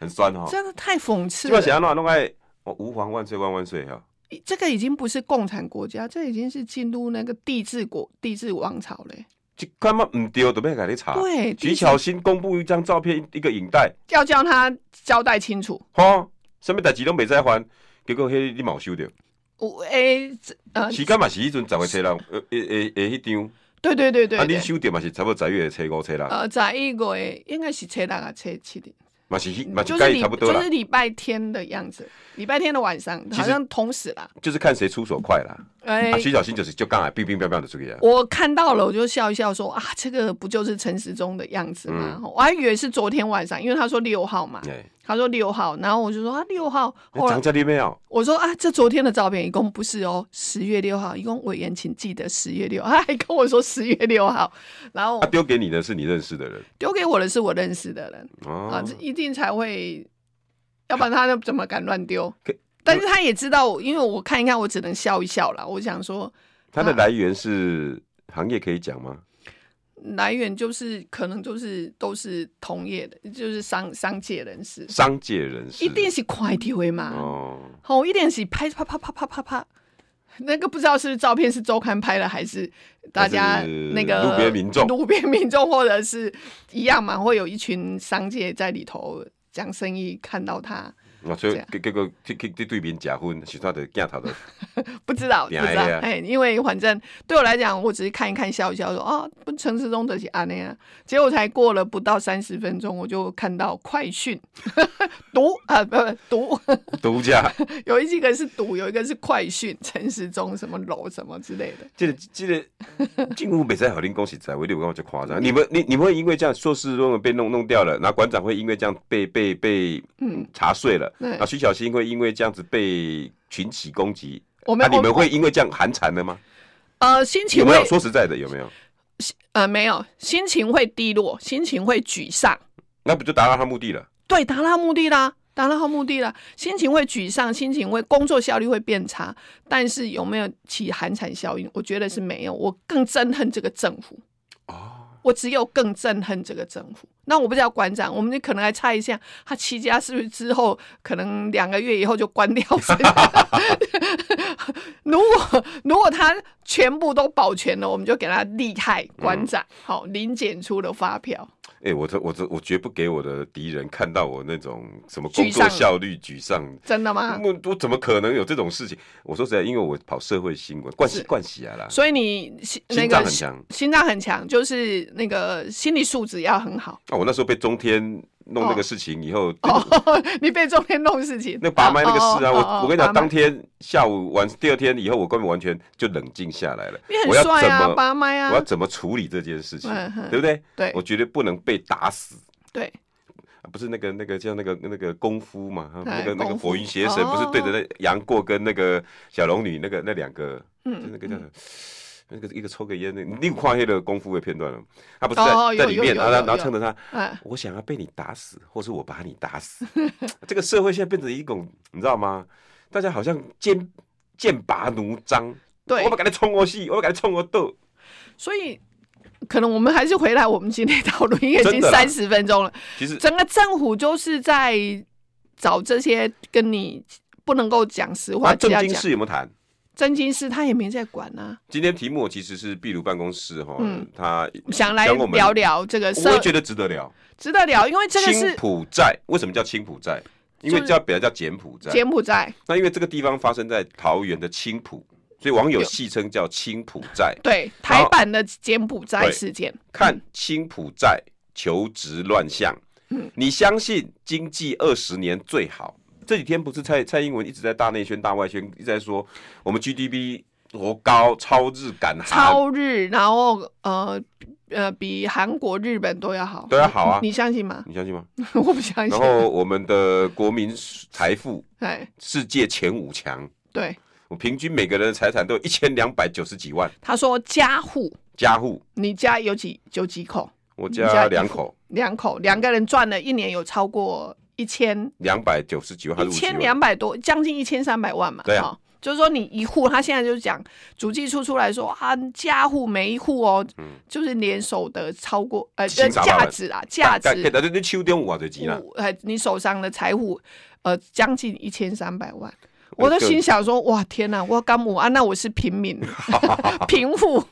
S1: 很酸哦。
S2: 真的太讽刺
S1: 基本
S2: 了。
S1: 想要弄爱，我吾皇万岁万万岁哦哈。
S2: 这个已经不是共产国家，这已经是进入那个帝制国、帝制王朝嘞。
S1: 这干嘛唔对，都要给你查。
S2: 对，
S1: 啊徐
S2: 帝制
S1: 巧芯公布一张照片，一个影带，
S2: 要叫他交代清楚。
S1: 吼，什么代志拢袂使还，结果迄你嘛有收着，
S2: 我哎，这呃，
S1: 时间嘛是迄阵十月初六，呃，诶诶诶，迄张，
S2: 对对对
S1: 啊，
S2: 对
S1: 你
S2: 对，
S1: 收着嘛是差不多十月初五、初六，
S2: 呃，在一个应该是车大啊，车七的。
S1: 嘛是迄嘛
S2: 嗯就是是
S1: 该
S2: 礼
S1: 差不多
S2: 就
S1: 啦
S2: 是，礼拜天的样子，礼拜天的晚上
S1: 其实
S2: 好像同时啦。
S1: 就是看谁出手快啦。
S2: 哎、
S1: 啊，徐巧芯就是就刚来，乒乒乓乓的出去啊。
S2: 我看到了，我就笑一笑说啊，这个不就是陈时中的样子吗？
S1: 嗯
S2: 我还以为是昨天晚上，因为他说六号嘛，
S1: 哎，
S2: 他说六号，然后我就说啊六号，后来
S1: 张家里哦没有，
S2: 我说啊这昨天的照片一共不是哦，十月六号，一共委员请记得十月六， 他还跟我说十月六号，然后
S1: 他啊丢给你的是你认识的人
S2: 丢给我的是我认识的人。
S1: 哦，。
S2: 啊这一定才会，要不然他怎么敢乱丢
S1: 可？
S2: 但是他也知道我，因为我看一看，我只能笑一笑啦。我想说，
S1: 它的来源是行业可以讲吗？
S2: 来源就是可能就是都是同业的，就是商商界人士，
S1: 商界人士
S2: 一定是快丢的嘛。
S1: 哦，
S2: 好、一定是拍啪啪啪啪啪啪，那个不知道是不是照片是周刊拍的，还是大家
S1: 还是
S2: 那个
S1: 路边民众
S2: 路边民众或者是一样嘛，会有一群商界在里头讲生意，看到他。
S1: 啊，所
S2: 这
S1: 以
S2: 样
S1: 结结果去去去对面假婚，是他的镜头的，
S2: 不知道，不知
S1: 点
S2: 道
S1: 的啊，
S2: 哎，因为反正对我来讲，我只是看一看笑一笑，说哦，不，陈世忠的是啊安那样。结果才过了不到三十分钟，我就看到快讯， 读啊不不读，
S1: 独家。
S2: 有一个是读，有一个是快讯，陈世忠什么楼什么之类的。
S1: 这个这 个进屋北在好林恭喜在，我六我就夸张。你们你你们会因为这样硕士论文被弄弄掉了，然后馆长会因为这样被被被
S2: 嗯
S1: 查税了，
S2: 对
S1: 然后徐小新会因为这样子被群起攻击，
S2: 我
S1: 那
S2: 们、
S1: 啊你们
S2: 我
S1: 会因为这样寒蝉的吗？
S2: 呃心情
S1: 有没
S2: 会
S1: 有说实在的有没有？
S2: 呃没有心情会低落，心情会沮丧，
S1: 那不就达到他目的了？
S2: 对，达到目的啦，达到目的啦，心情会沮丧，心情会工作效率会变差，但是有没有起寒蝉效应？我觉得是没有，我更憎恨这个政府。我只有更憎恨这个政府。那我不知道馆长，我们就可能来猜一下，他七家是不是之后可能两个月以后就关掉剩下？ 如果如果他全部都保全了，我们就给他利害馆长，好零检出的发票。
S1: 哎、我这我这我绝不给我的敌人看到我那种什么
S2: 沮
S1: 工作
S2: 丧啊
S1: 效率沮丧。
S2: 真的吗？
S1: 我我怎么可能有这种事情？我说实在，因为我跑社会新闻，惯习
S2: 是
S1: 惯习啊啦。
S2: 所以你心那
S1: 心
S2: 个
S1: 脏很强
S2: 心脏很强，就是那个心理素质要 很好。
S1: 啊，我那时候被中天弄那个事情以后，
S2: 哦， 你被中天弄事情，
S1: 那拔麦那个事啊，
S2: 哦哦哦
S1: 我我跟你讲，
S2: 拔麦
S1: 当天下午完第二天以后，我根本完全就冷静下来了。
S2: 你
S1: 我
S2: 很
S1: 要
S2: 帅
S1: 怎
S2: 啊，
S1: 么
S2: 拔麦
S1: 我要
S2: 啊，
S1: 怎么处理这件事情
S2: 嗯哼，
S1: 对不对？
S2: 对
S1: 我绝对不能被打死。
S2: 对，
S1: 啊不是那个那个叫那个那个功夫嘛，哈
S2: 哎
S1: 那个那个
S2: 功夫哦
S1: 火云邪神不是对着那杨过跟那个小龙女那个那两个，
S2: 嗯
S1: 就那个叫什么那个一个抽个烟那你有看黑的功夫的片段了？他不是在、
S2: 哦有
S1: 在里面，
S2: 有有
S1: 然后他
S2: 有
S1: 然后
S2: 有
S1: 撑着他，
S2: 嗯，
S1: 我想要被你打死，或是我把你打死。 这个社会现在变成一种，你知道吗？大家好像剑剑拔弩张，
S2: 对
S1: 我把给他冲我戏，我把给他冲我斗，
S2: 所以。可能我们还是回来我们今天讨论，因为已经
S1: 真的啦
S2: 三十分钟了。
S1: 其实
S2: 整个政府就是在找这些跟你不能够讲实话，
S1: 啊，
S2: 只
S1: 正
S2: 要
S1: 经
S2: 讲
S1: 事有没有谈？
S2: 真金是他也没在管啊。
S1: 今天题目其实是壁炉办公室哈，
S2: 嗯
S1: 他
S2: 想来
S1: 想我们
S2: 聊聊这个
S1: 我
S2: 社，
S1: 会觉得值得聊。
S2: 值得聊，因为这个
S1: 青
S2: 是
S1: 浦寨为什么叫青浦寨？因为
S2: 就是
S1: 叫本来叫柬埔寨，
S2: 柬埔寨，
S1: 那因为这个地方发生在桃园的青浦，所以网友戏称叫青浦寨。
S2: 对，台版的柬埔寨事件，嗯
S1: 看青浦寨求职乱象，你相信经济二十年最好？这几天不是蔡蔡英文一直在大内宣、大外宣，一直在说我们 GDP 多高，超日赶韩，
S2: 超日，然后呃呃，比韩国、日本都要好，
S1: 都要好啊
S2: 你相信吗？
S1: 你相信吗？
S2: 我不相信
S1: 然。后我们的国民财富
S2: 哎，
S1: 世界前五强，
S2: 对，
S1: 我平均每个人的财产都有一千两百九十几万
S2: 他说家户，
S1: 家户，
S2: 你家有几有几口？
S1: 我
S2: 你家
S1: 家
S2: 一
S1: 两口
S2: 两口，两个人赚了一年有超过一千
S1: 两百九十几万还是
S2: 一
S1: 五十
S2: 千
S1: 几
S2: 两
S1: 万？
S2: 百多，将近一千三百万嘛。
S1: 对啊
S2: 哦就是说你一户，他现在就是讲主计处出来说啊，家户每一户哦，就是年所得超过呃
S1: 嗯七千三百
S2: 价
S1: 万
S2: 值啊，价值
S1: 但但你秋天五啊最急了，
S2: 户呃你手上的财富呃将近一千三百万。
S1: 我
S2: 我都
S1: 个
S2: 心想说，哇，天哪！我干母啊，那我是平民， 贫户，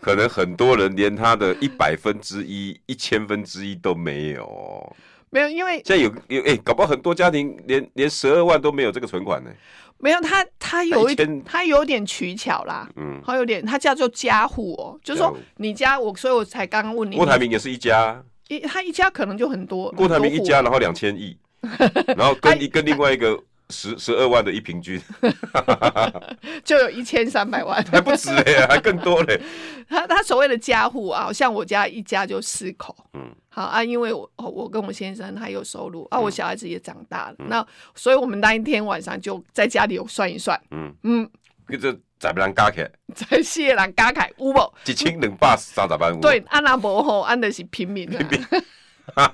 S1: 可能很多人连他的一百分之一、一千分之一都没有哦。
S2: 没有，因为
S1: 现在有有哎、搞不好很多家庭连连十二万都没有这个存款呢、
S2: 没有他，他有一
S1: 1000
S2: 他有点取巧啦，
S1: 嗯，
S2: 他有点，他叫做家户哦，就是
S1: 家
S2: 说
S1: 户
S2: 你家我，所以我才刚刚问你，
S1: 郭台铭也是一家，
S2: 一他一家可能就很多，
S1: 郭台铭
S2: 很
S1: 一
S2: 多户
S1: 家，然后两千 亿，然后
S2: 哎
S1: 跟一跟另外一个十十二万的一平均，
S2: 就有一千三百万。
S1: 还不止嘞、还更多嘞、
S2: 他他所谓的家户啊，像我家一家就四口，嗯，好啊，因为我哦我跟我先生还有收入
S1: 嗯
S2: 啊，我小孩子也长大了，那所以我们那一天晚上就在家里有算一算，
S1: 欸，这咋不能加起来？
S2: 在谢兰嘎凯乌某
S1: 一千两百三十万有。
S2: 对，安娜伯吼，安的是平民啊，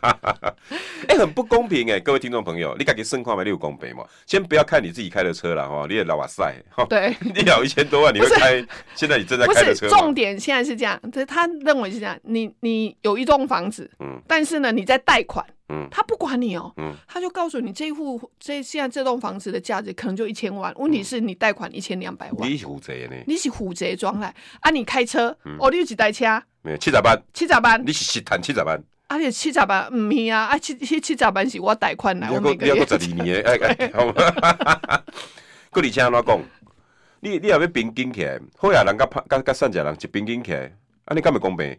S1: 哎、很不公平哎、各位听众朋友，你敢给盛况买六公平吗？先不要看你自己开的车了哈，你也老哇塞哈，
S2: 对。
S1: 你有一千多万，你会
S2: 不是
S1: 开？现在你正在
S2: 不
S1: 开的
S2: 是
S1: 车吗
S2: 重点，现在是这样，这他认为是这样，你你有一栋房子，
S1: 嗯
S2: 但是呢你在贷款，
S1: 嗯
S2: 他不管你哦，
S1: 嗯
S2: 他就告诉你这一户这现在这栋房子的价值可能就一千万，问
S1: 嗯
S2: 题是你贷款一千两百万，
S1: 你负责呢？
S2: 你是负责装来啊，你开车，
S1: 嗯
S2: 哦你有一台车，
S1: 没有七十万，
S2: 七十万，
S1: 你是实谈七十万，
S2: 啊你七十万唔是啊，啊七七七十万是我贷款来，
S1: 你
S2: 我
S1: 要过
S2: 每
S1: 你
S2: 个
S1: 要
S2: 月
S1: 过十二年的，哎哎，好 吗？过而且安怎讲？你你也要平均起来，好呀，人甲拍甲甲善假人一平均起来，安尼敢咪公平？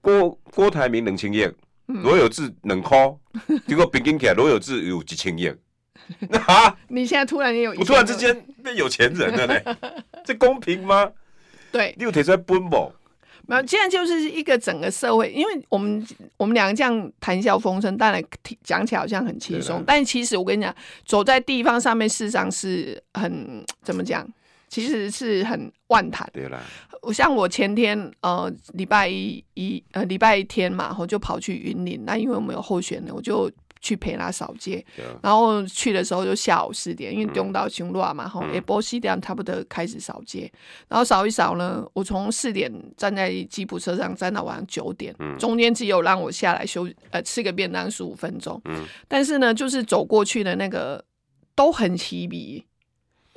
S1: 郭郭台铭两千亿，
S2: 嗯
S1: 罗有志两箍，结果平均起来，罗有志有一千亿， 那哈？
S2: 你现在突然也有一，
S1: 我突然之间变有钱人了 呢，这公平吗？
S2: 对，
S1: 你有提出来奔某？
S2: 没有，现在就是一个整个社会，因为我们我们两个这样谈笑风生，当然提讲起来好像很轻
S1: 对啊
S2: 松
S1: 啦，
S2: 但其实我跟你讲，走在地方上面，事实上是很怎么讲，其实是很万谈。
S1: 对啦，
S2: 我像我前天呃礼拜一一呃礼拜一天嘛，我就跑去云林，那因为我们有候选人，我就去陪他扫街。
S1: 对啊嗯
S2: 然后去的时候就下午四点，因为中岛行乱嘛，吼、下波四点差不多开始扫街，然后扫一扫呢，我从四点站在吉普车上站到晚上九点，
S1: 嗯
S2: 中间只有让我下来休呃吃个便当十五分钟，
S1: 嗯
S2: 但是呢，就是走过去的那个都很凄迷，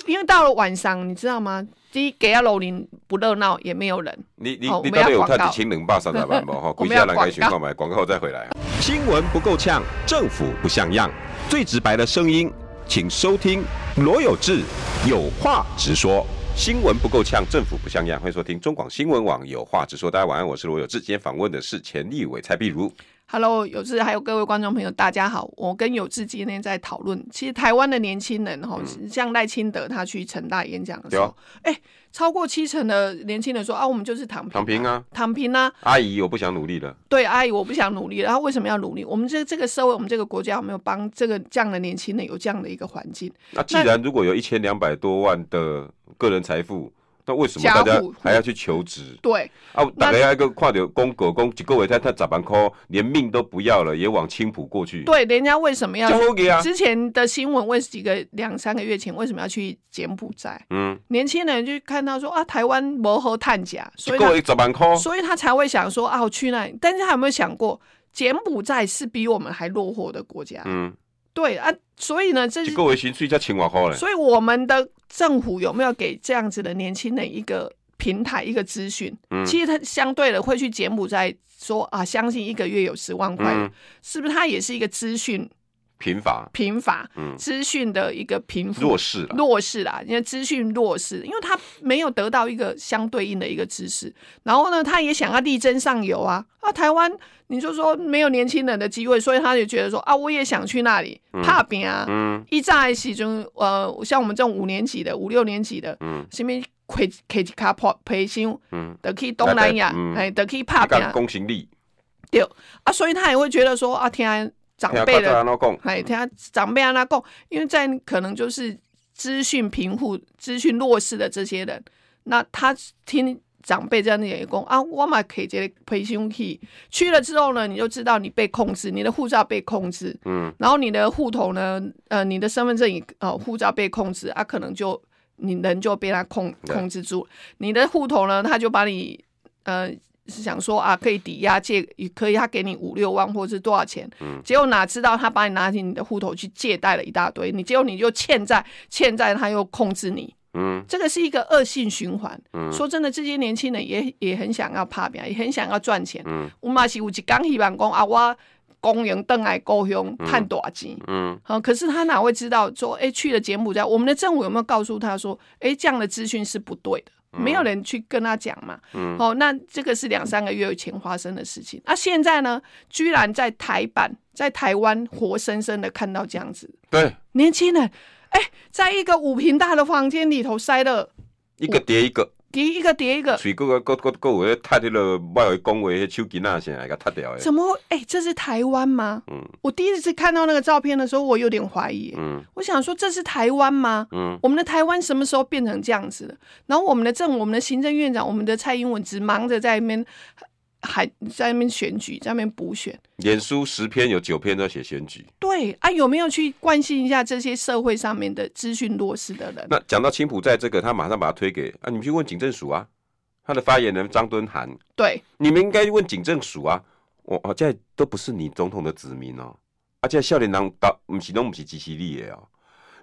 S2: 因为到了晚上，你知道吗？第一，给下楼林不热闹，也没有人，
S1: 你你
S2: 哦
S1: 你
S2: 我们
S1: 到底
S2: 要
S1: 有
S2: 广
S1: 看
S2: 告
S1: 《清冷霸三大 版》无？哈，
S2: 我
S1: 归
S2: 们要
S1: 下人该选
S2: 广告
S1: 购买广告再回来。啊新闻不够呛，政府不像样，最直白的声音，请收听罗有志有话直说。新闻不够呛，政府不像样，欢迎收听中广新闻网有话直说。大家晚安，我是罗有志。今天访问的是前立委蔡碧如。
S2: Hello，有志还有各位观众朋友，大家好。我跟有志今天在讨论，其实台湾的年轻人哈，
S1: 嗯
S2: 像赖清德他去成大演讲的时
S1: 对啊
S2: 候，哎、超过七成的年轻人说啊，我们就是躺平、
S1: 躺平啊，
S2: 躺平啊，
S1: 阿姨，我不想努力了。
S2: 对，阿姨我不想努力了，然后为什么要努力？我们这这个社会，我们这个国家有没有帮这个这样的年轻人有这样的一个环境？
S1: 那既然如果有一千两百多万的个人财富，那为什么
S2: 家
S1: 大家
S2: 户
S1: 还要去求职？
S2: 对，
S1: 啊，大
S2: 那
S1: 家一个看到公狗公一个月他他十万块，连命都不要了，也往青浦过去。，
S2: 对，人家为什么要
S1: 交？给我给啊，
S2: 之前的新闻为几个两三个月前，为什么要去柬埔寨？
S1: 嗯，
S2: 年轻人就看到说啊，台湾磨合碳假，所
S1: 一
S2: 以他
S1: 个月十万块，
S2: 所以他才会想说啊，我去那里。但是他有没有想过，柬埔寨是比我们还落后的国家？
S1: 嗯，
S2: 对啊，所以呢，这
S1: 一
S2: 是
S1: 个月薪水才千外块嘞。
S2: 所以我们的政府有没有给这样子的年轻人一个平台、一个资讯？
S1: 嗯
S2: 其实他相对的会去柬埔寨说啊，相信一个月有十万块，
S1: 嗯
S2: 是不是？他也是一个资讯
S1: 贫乏
S2: 贫乏
S1: 嗯、
S2: 资讯的一个贫富
S1: 弱势了，
S2: 弱势啦，因为资讯弱势，因为他没有得到一个相对应的一个知识，然后呢，他也想要力争上游啊。啊，台湾你就说没有年轻人的机会，所以他就觉得说啊，我也想去那里怕饼啊。
S1: 嗯，
S2: 一在时中，呃，像我们这种五年级的、五六年级的，
S1: 嗯
S2: 嗯，什么开开卡破培训，
S1: 嗯
S2: 嗯，得去东南亚
S1: 嗯，
S2: 哎，得去怕饼
S1: 讲公行力，
S2: 对啊，所以他也会觉得说啊，天啊，长
S1: 听
S2: 辈
S1: 看
S2: 的
S1: 安怎讲？
S2: 哎，听他长辈安那讲，因为在可能就是资讯贫户、资讯弱势的这些人，那他听长辈这样的眼光啊，我嘛可以直接培训去去了之后呢，你就知道你被控制，你的护照被控制，
S1: 嗯，
S2: 然后你的户头呢，呃，你的身份证也呃护照被控制啊，可能就你人就被他控
S1: 对
S2: 控制住，你的户头呢，他就把你呃是想说啊，可以抵押借，也可以他给你五六万或是多少钱，
S1: 嗯
S2: 结果哪知道他把你拿进你的户头去借贷了一大堆，你结果你就欠债，欠债他又控制你，
S1: 嗯，
S2: 这个是一个恶性循环。说真的，这些年轻人也也很想要拍拼，也很想要赚钱。
S1: 嗯
S2: 我嘛是有一天希望讲啊，我公营邓来故乡赚大钱。
S1: 嗯，
S2: 好、可是他哪会知道说，哎、去了柬埔寨，我们的政府有没有告诉他说，哎、这样的资讯是不对的？没有人去跟他讲嘛。
S1: 嗯
S2: 哦，那这个是两三个月前发生的事情。那、现在呢，居然在台版，在台湾活生生的看到这样子，
S1: 对，
S2: 年轻人，哎、在一个五平大的房间里头塞了
S1: 一个叠一个，
S2: 叠一个叠一个，
S1: 嘴个个个个有咧踢迄落外围讲话迄手机那啥来甲踢掉的。
S2: 怎么会？哎、这是台湾吗？
S1: 嗯
S2: 我第一次看到那个照片的时候，我有点怀疑、
S1: 嗯
S2: 我想说这是台湾吗？
S1: 嗯，
S2: 我们的台湾什么时候变成这样子了？然后我们的政，我们的行政院长，我们的蔡英文只忙着在那边还在那边选举，在那边补选。
S1: 脸书十篇有九篇都写选举。
S2: 对啊，有没有去关心一下这些社会上面的资讯弱势的人？
S1: 那讲到青浦寨这个，他马上把它推给啊，你们去问警政署啊。他的发言人张敦涵，
S2: 对，
S1: 你们应该问警政署啊。我哦，这都不是你总统的子民哦，而且少年郎打不是拢不是支持你的哦，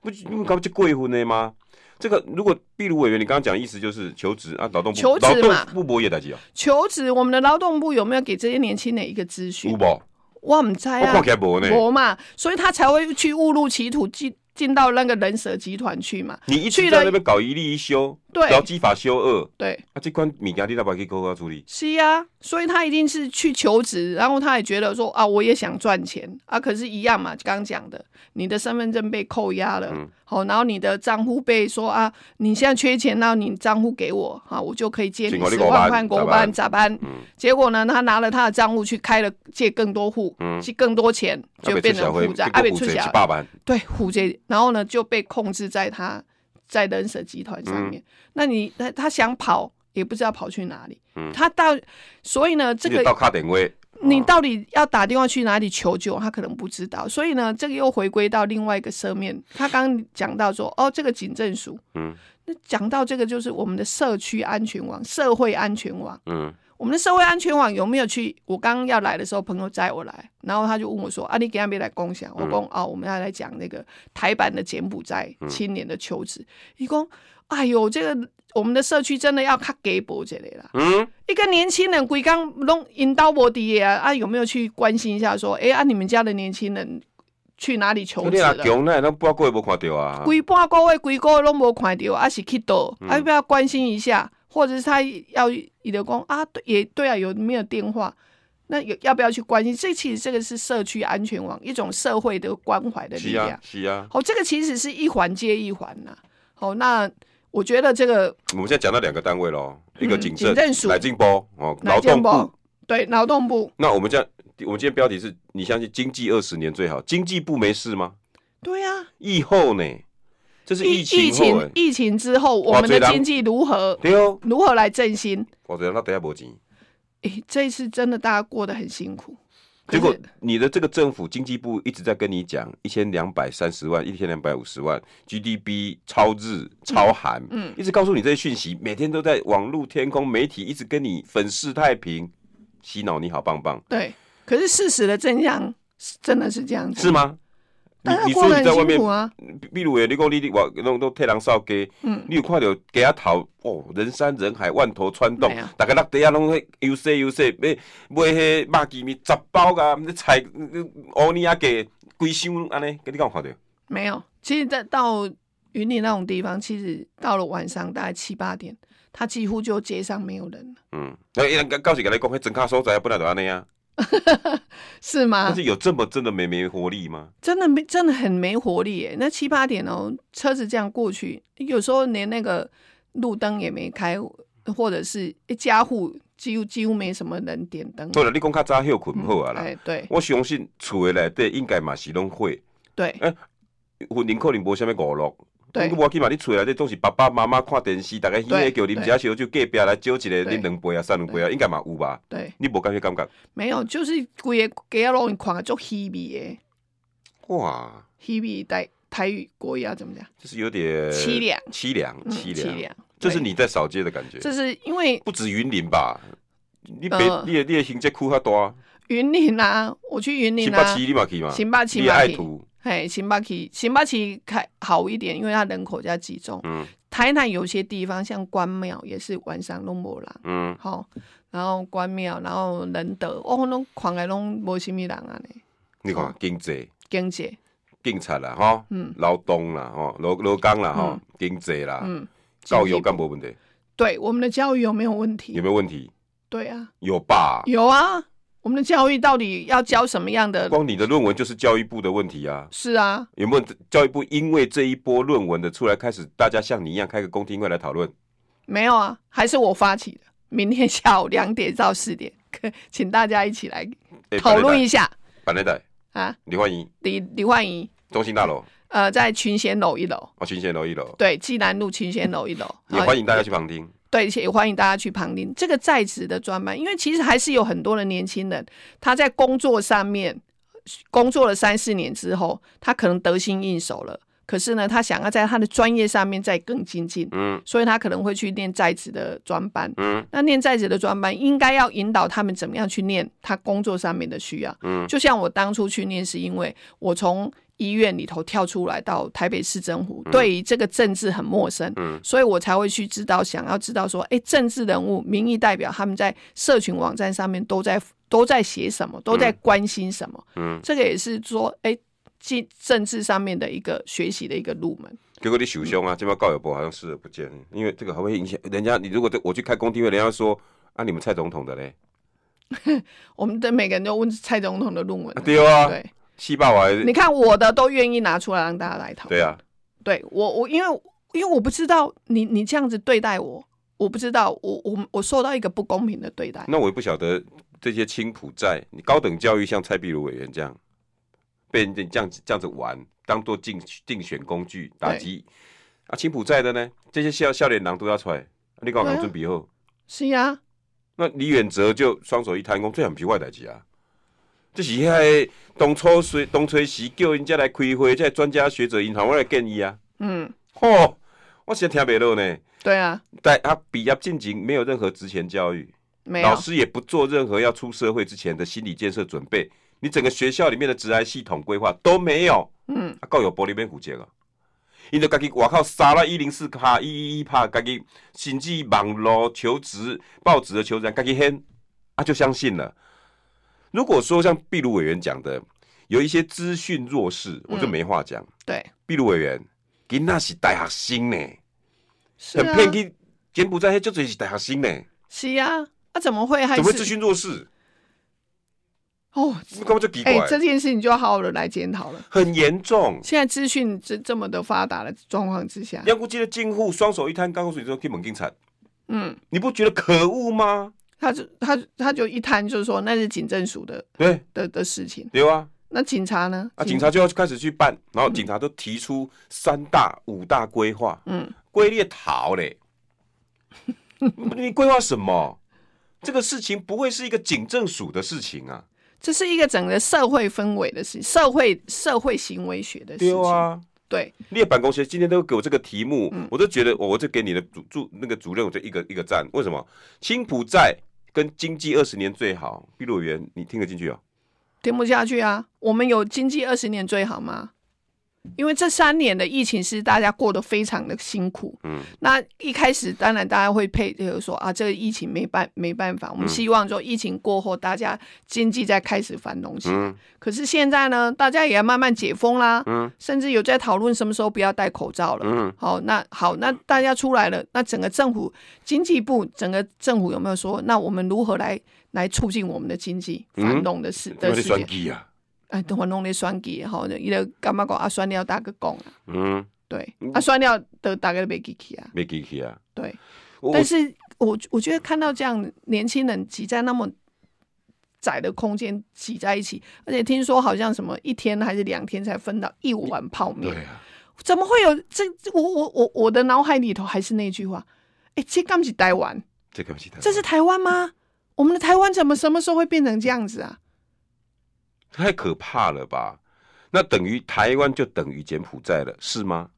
S1: 不是你们搞这贵婚的吗？这个如果秘鲁委员，你刚刚讲的意思就是求职啊，劳动部
S2: 求职
S1: 劳动
S2: 嘛
S1: 部博也代志哦，
S2: 求职，我们的劳动部有没有给这些年轻人一个资
S1: 有
S2: 讯？
S1: 无？我
S2: 我唔知啊
S1: 看，起来无呢。
S2: 我嘛，所以他才会去误入歧途，进进到那个人蛇集团去嘛。
S1: 你一直
S2: 去
S1: 在
S2: 了
S1: 那边搞一例一休，
S2: 对
S1: 劳基法修二
S2: 对，
S1: 啊，这款物件你要不要去好好处理？
S2: 是呀、所以他一定是去求职，然后他也觉得说啊，我也想赚钱啊，可是一样嘛，刚刚讲的，你的身份证被扣押了，
S1: 嗯
S2: 好、然后你的账户被说啊，你现在缺钱，那你账户给我啊，我就可以借
S1: 请
S2: 你
S1: 我你
S2: 十
S1: 五万
S2: 万块、
S1: 十
S2: 五
S1: 万
S2: 万、咋办？
S1: 嗯
S2: 结果呢，他拿了他的账户去开了借更多户，借更多钱，就
S1: 啊
S2: 变成负债，
S1: 阿
S2: 阿
S1: 北嗯
S2: 北
S1: 出
S2: 出
S1: 小
S2: 小
S1: 是爸爸，
S2: 对，虎姐，然后呢就被控制在他在人蛇集团
S1: 嗯
S2: 上面。那你他他想跑也不知道跑去哪里，他到所以呢这
S1: 嗯你得到嗯
S2: 个
S1: 卡点位，
S2: 你到底要打电话去哪里求救，他可能不知道。所以呢，这个又回归到另外一个侧面，他刚刚讲到说，哦，这个警政署，
S1: 嗯，
S2: 那讲到这个就是我们的社区安全网、社会安全网。
S1: 嗯，
S2: 我们的社会安全网有没有去？我刚要来的时候，朋友载我来，然后他就问我说：“啊，你给他没来共享？”我讲：“哦，我们要来讲那个台版的柬埔寨青年的求职。伊讲：“哎呦，这个我们的社区真的要较给薄这类啦。
S1: 嗯，
S2: 一个年轻人规刚弄引导我的啊，啊有没有去关心一下？说，哎、啊，你们家的年轻人去哪里求
S1: 你
S2: 职
S1: 若
S2: 了？
S1: 强，那咱半个月无看到啊。嗯
S2: 规半个月、规个月拢无看到，啊是去倒，啊要不要关心一下？或者是他要你的讲啊，对，也对啊，有没有电话？那有要不要去关心？这其实这个是社区安全网一种社会的关怀的力
S1: 是
S2: 量。
S1: 啊，是啊。
S2: 好、这个其实是一环接一环呐、好、那我觉得这个
S1: 我们现在讲到两个单位喽，一个
S2: 嗯
S1: 警政
S2: 警政署
S1: 来进包哦，劳
S2: 哪件
S1: 动
S2: 不
S1: 部。
S2: 对劳动部，
S1: 那我们这样，我们今天标题是你相信经济二十年最好，经济部没事吗？
S2: 对呀、啊，
S1: 疫后呢？这是
S2: 疫
S1: 情后哎
S2: 情，疫情之后，
S1: 哇
S2: 我们的
S1: 最难
S2: 经济如何
S1: 对哦，
S2: 如何来振兴？
S1: 我等下等下没钱。
S2: 诶，这一次真的大家过得很辛苦。
S1: 结
S2: 可是
S1: 果你的这个政府经济部一直在跟你讲一千两百三十万、一千两百五十万 GDP 超日超韩，嗯，一直告诉你这些讯息，每天都在网络天空媒体一直跟你粉饰太平，洗脑你好棒棒，
S2: 对，可是事实的真相是真的是这样子，
S1: 是？吗？你
S2: 大家
S1: 你
S2: 过
S1: 说
S2: 得
S1: 你在外
S2: 很辛
S1: 面
S2: 苦，啊，
S1: 比如诶，你讲你你我弄弄太郎少给，嗯，你有看到给他逃哦，人山人海，万头攒动
S2: 对啊，
S1: 大家落地啊，拢迄优势优势，买买迄肉鸡面十包啊，你菜乌尼亚给规箱安尼，给你敢有看到？
S2: 没有。其实在到云林那种地方，其实到了晚上大概七八点，它几乎就街上没有人了，
S1: 嗯，那人家告诉你讲，迄整卡所在本来就安尼啊，
S2: 是吗
S1: 但？是有这么真的没没活力吗？
S2: 真的没，真的很没活力耶。那七八点哦，车子这样过去，有时候连那个路灯也没开，或者是一家户几乎几乎没什么人点灯。
S1: 对了，你讲较早休困好啊啦，
S2: 哎，对
S1: 我相信厝的内底应该嘛是拢会，
S2: 对
S1: 婚姻可能无啥物娱乐。
S2: 对
S1: 你无要紧嘛，你厝内底总是爸爸妈妈看电视，大家迄个
S2: 对
S1: 叫啉
S2: 对
S1: 些烧酒，隔壁来招一个，
S2: 对
S1: 啉两杯啊，三两杯啊，应该嘛有吧？
S2: 对，
S1: 你无感觉感觉？
S2: 没有，就是规个街路你看足稀微耶。
S1: 哇，
S2: Hebe 台台语国语要怎么讲？
S1: 就是有点
S2: 凄凉
S1: 凄凉，
S2: 嗯
S1: 呃凄
S2: 凄
S1: 凉
S2: 凉，
S1: 这
S2: 对
S1: 是你在扫街的感觉，
S2: 这是因为
S1: 不止云林吧？你北
S2: 呃
S1: 你的你的行街区较大，
S2: 云林啊，我去云
S1: 新
S2: 林
S1: 北
S2: 啊
S1: 市，你嘛去嘛？
S2: 新北市
S1: 你也
S2: 嘛
S1: 爱
S2: 去
S1: 土，
S2: 嘿，新北区新北区开好一点，因为它人口比较集中。
S1: 嗯
S2: 台南有些地方像关庙也是晚上拢无人，
S1: 嗯，
S2: 吼、然后关庙，然后仁德，哦，拢看来拢无什么人啊呢，
S1: 你看经济。
S2: 经济
S1: 警察啦，吼，
S2: 嗯
S1: 劳动啦，吼，劳劳工啦，吼，经济啦，
S2: 嗯
S1: 教育干无问题，
S2: 对我们的教育有没有问
S1: 有
S2: 题？
S1: 没有问题？
S2: 对啊，
S1: 有吧？
S2: 有啊，我们的教育到底要教什么样的？
S1: 光你的论文就是教育部的问题啊。
S2: 是啊，
S1: 有没有教育部因为这一波论文的出来，开始大家像你一样开个公听会来讨论？
S2: 没有啊，还是我发起的。明天下午两点到四点，可请大家一起来
S1: 哎
S2: 讨论一，下
S1: 板内代
S2: 啊。
S1: 李焕英，
S2: 李李焕英，
S1: 中心大楼
S2: 呃，在群贤楼一楼，
S1: 啊，群贤楼一楼，
S2: 对，济南路群贤楼一楼，
S1: 也欢
S2: 迎，
S1: 迎大家去旁听。
S2: 对，也欢迎大家去旁听这个在职的专班，因为其实还是有很多的年轻人，他在工作上面工作了三四年之后，他可能得心应手了，可是呢，他想要在他的专业上面再更精进，
S1: 嗯
S2: 所以他可能会去念在职的专班，
S1: 嗯
S2: 那念在职的专班应该要引导他们怎么样去念他工作上面的需要。
S1: 嗯，
S2: 就像我当初去念，是因为我从医院里头跳出来到台北市政府，对于这个政治很陌生，
S1: 嗯
S2: 所以我才会去知道，想要知道说，哎，政治人物、民意代表他们在社群网站上面都在都在写什么，都在关心什么。
S1: 嗯，
S2: 这个也是说，哎，进政治上面的一个学习的一个入门。
S1: 结果你受伤啊，这边告友博好像视而不见，因为这个还会影响人家。你如果我去开公听会，人家说啊，你们蔡总统的嘞，
S2: 我们的每个人都问蔡总统的论文
S1: 啊，对啊，
S2: 嗯对，
S1: 戏霸王，
S2: 你看我的都愿意拿出来让大家来讨
S1: 对
S2: 论。
S1: 啊，
S2: 对我，我因为因为我不知道你你这样子对待我，我不知道我我我受到一个不公平的对待。
S1: 那我也不晓得这些青浦在你高等教育像蔡壁如委员这样被人这样这样子玩，当做竞竞选工具打击啊，青浦在的呢，这些笑笑脸狼都要出来，啊你讲
S2: 对啊
S1: 狼尊比后，
S2: 是呀、
S1: 那李远哲就双手一摊，讲这很皮外代级啊，这是迄东初水东吹西叫人家来开会，这专家学者银行我来建议啊。
S2: 嗯，
S1: 吼、我实在听袂落呢。
S2: 对啊，
S1: 但他毕业进前没有任何职前教育，
S2: 没有
S1: 老，师也不做任何要出社会之前的心理建设准备。你整个学校里面的职涯系统规划都没有，
S2: 嗯，
S1: 啊，够有玻璃面骨节啊！因都家己外口杀了一零四拍一一一拍，家己甚至网络求职、报纸的求职，家己很啊就相信了。如果说像秘鲁委员讲的，有一些资讯弱势，我就没话讲。
S2: 对，
S1: 秘鲁委员，囡仔是大学生呢、
S2: 是
S1: 很
S2: 啊，
S1: 骗去柬埔寨，迄就侪是大学生呢、
S2: 是啊，啊，怎么会还
S1: 怎么会资
S2: 是
S1: 讯弱势？
S2: 哦？
S1: 你干嘛就奇怪
S2: 哎、？这件事情就要好好的来检讨了。
S1: 很严重。
S2: 现在资讯这这么的发达的状况之下，
S1: 要不记得进户双手一摊，刚刚说你说可以猛进产，
S2: 嗯，
S1: 你不觉得可恶吗？
S2: 他就他他就一摊就是说那是警政署的
S1: 对
S2: 的的事情，
S1: 对啊，
S2: 那警察呢？
S1: 啊，警察就要开始去
S2: 嗯
S1: 办，然后警察都提出三大、五大规划，
S2: 嗯，
S1: 规列逃嘞， 你规划什么？这个事情不会是一个警政署的事情啊，
S2: 这是一个整个社会氛围的事，社会社会行为学的事
S1: 对
S2: 情。
S1: 啊，
S2: 对，
S1: 列办公室今天都给我这个题目，
S2: 嗯
S1: 我都觉得哦我我就给你的主主那个主任，我就一个一个赞。为什么？青浦在跟经济二十年最好，碧落园你听得进去哦？
S2: 听不下去啊！我们有经济二十年最好吗？因为这三年的疫情是大家过得非常的辛苦，
S1: 嗯，
S2: 那一开始当然大家会配合说啊，这个疫情没办没办法，
S1: 嗯
S2: 我们希望说疫情过后大家经济再开始繁荣起来。
S1: 嗯
S2: 可是现在呢，大家也要慢慢解封啦，
S1: 嗯
S2: 甚至有在讨论什么时候不要戴口罩了。
S1: 嗯，
S2: 好，那好，那大家出来了，那整个政府经济部整个政府有没有说，那我们如何来来促进我们的经济
S1: 嗯
S2: 繁荣的事、
S1: 我
S2: 的
S1: 得
S2: 事
S1: 算
S2: 情？
S1: 计啊，
S2: 哎，等我弄咧选举的吼，伊就感觉讲啊，选了大个讲啊，
S1: 嗯，
S2: 对
S1: 嗯，
S2: 啊，选了都大概都袂记去啊，
S1: 没记起啊。
S2: 对。
S1: 我
S2: 但是我我觉得看到这样年轻人挤在那么窄的空间挤在一起，而且听说好像什么一天还是两天才分到一碗泡
S1: 我对
S2: 面，
S1: 啊，
S2: 怎么会有这？这我我我我的脑海里头还是那句话，哎，这刚是台湾，
S1: 这个不是他，
S2: 这是台湾吗？我们的台湾怎么什么时候会变成这样子啊？
S1: 太可怕了吧？那等于台湾就等于柬埔寨了，是吗？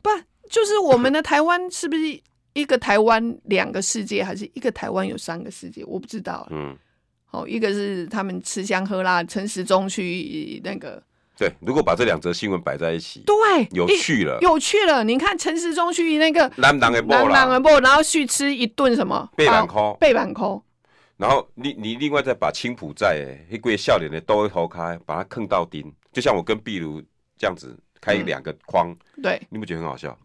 S2: 不，就是我们的台湾是不是一个台湾两个世界，还是一个台湾有三个世界？我不知道啊。
S1: 嗯，
S2: 哦，一个是他们吃香喝辣，陈时中去那个，
S1: 对。如果把这两则新闻摆在一起，
S2: 对，
S1: 有
S2: 一
S1: 趣了。
S2: 有趣了。你看陈时中去那个
S1: 男人的某
S2: 南
S1: 啦
S2: 南，波，然后去吃一顿什么
S1: 背板
S2: 包
S1: 扣
S2: 背板扣，
S1: 然后你你另外再把青浦寨那贵笑脸的都头开，把它坑到钉，就像我跟壁炉这样子开
S2: 嗯
S1: 两个框，
S2: 对，
S1: 你不觉得很好
S2: 嗯
S1: 笑，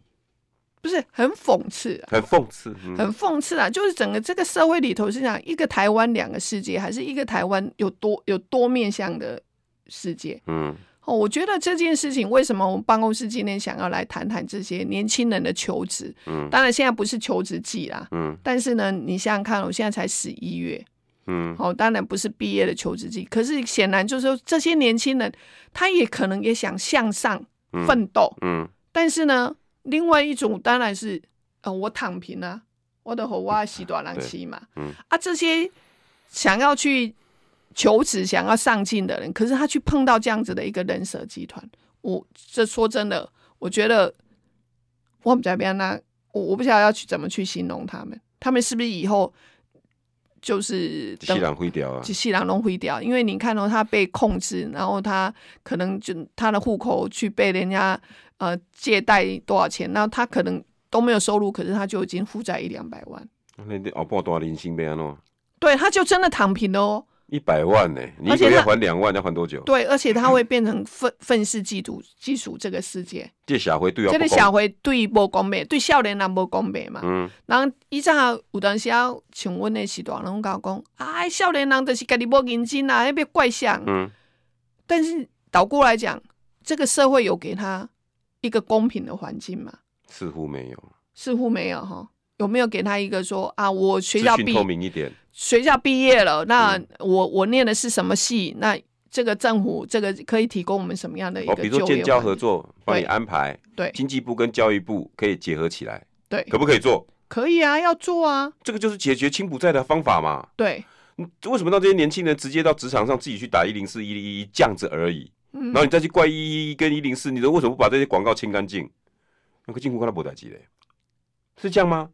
S2: 不是很讽刺啊。
S1: 很讽刺？嗯，
S2: 很讽刺啊！就是整个这个社会里头是讲一个台湾两个世界，还是一个台湾有多有多面向的世界？
S1: 嗯
S2: 哦，我觉得这件事情为什么我们办公室今天想要来谈谈这些年轻人的求职？
S1: 嗯
S2: 当然现在不是求职季啦，
S1: 嗯
S2: 但是呢，你想想看哦，我现在才十一月，
S1: 嗯，
S2: 哦，当然不是毕业的求职季，可是显然就是说这些年轻人他也可能也想向上
S1: 嗯
S2: 奋斗，
S1: 嗯，
S2: 但是呢，另外一种当然是，呃，我躺平啊，我的活我洗短浪期嘛，
S1: 嗯
S2: 啊，这些想要去求职、想要上进的人，可是他去碰到这样子的一个人蛇集团，我这说真的，我觉得我们这边呢，我我不晓得要去怎么去形容他们，他们是不是以后就是
S1: 西
S2: 等
S1: 兰灰掉啊
S2: 就，细郎弄毁掉，因为你看到、他被控制，然后他可能就他的户口去被人家呃借贷多少钱，然后他可能都没有收入，可是他就已经负债一两百万，
S1: 那你后半段零星被安弄
S2: 对，他就真的躺平了哦。
S1: 一百万呢、你一
S2: 而且
S1: 个月
S2: 他
S1: 还两万，要还多久？
S2: 对，而且他会变成 愤愤世嫉俗，嫉俗这个世界，
S1: 这小回对要
S2: 这
S1: 不
S2: 个
S1: 公
S2: 社会对无公平，对少年人无公平嘛。
S1: 嗯
S2: 然后以前有当时啊，像阮的时代，拢甲我讲，哎，少年人就是家己无认真啊，那边怪相。
S1: 嗯，
S2: 但是倒过来讲，这个社会有给他一个公平的环境吗？
S1: 似乎没有。
S2: 似乎没有哈。有没有给他一个说啊，我学
S1: 资
S2: 校
S1: 讯
S2: 毕
S1: 透明嗯一点，
S2: 学校毕业了，那我我念的是什么系？那这个政府这个可以提供我们什么样的一
S1: 哦，
S2: 个
S1: 比如
S2: 就
S1: 说建
S2: 业
S1: 交
S2: 环
S1: 合
S2: 境？
S1: 作，帮你
S2: 对
S1: 安排，
S2: 对
S1: 经济部跟教育部可以结合起来，
S2: 对
S1: 可，不可以做？
S2: 可以啊，要做啊，
S1: 这个就是解决青浦寨的方法嘛。
S2: 对
S1: 为什么让这些年轻人直接到职场上自己去打一零四、一零一这样子而已？
S2: 嗯
S1: 然后你再去怪一一跟一零四，你都为什么不把这些广告清干净？那个进库看到博仔机嘞，是这样吗？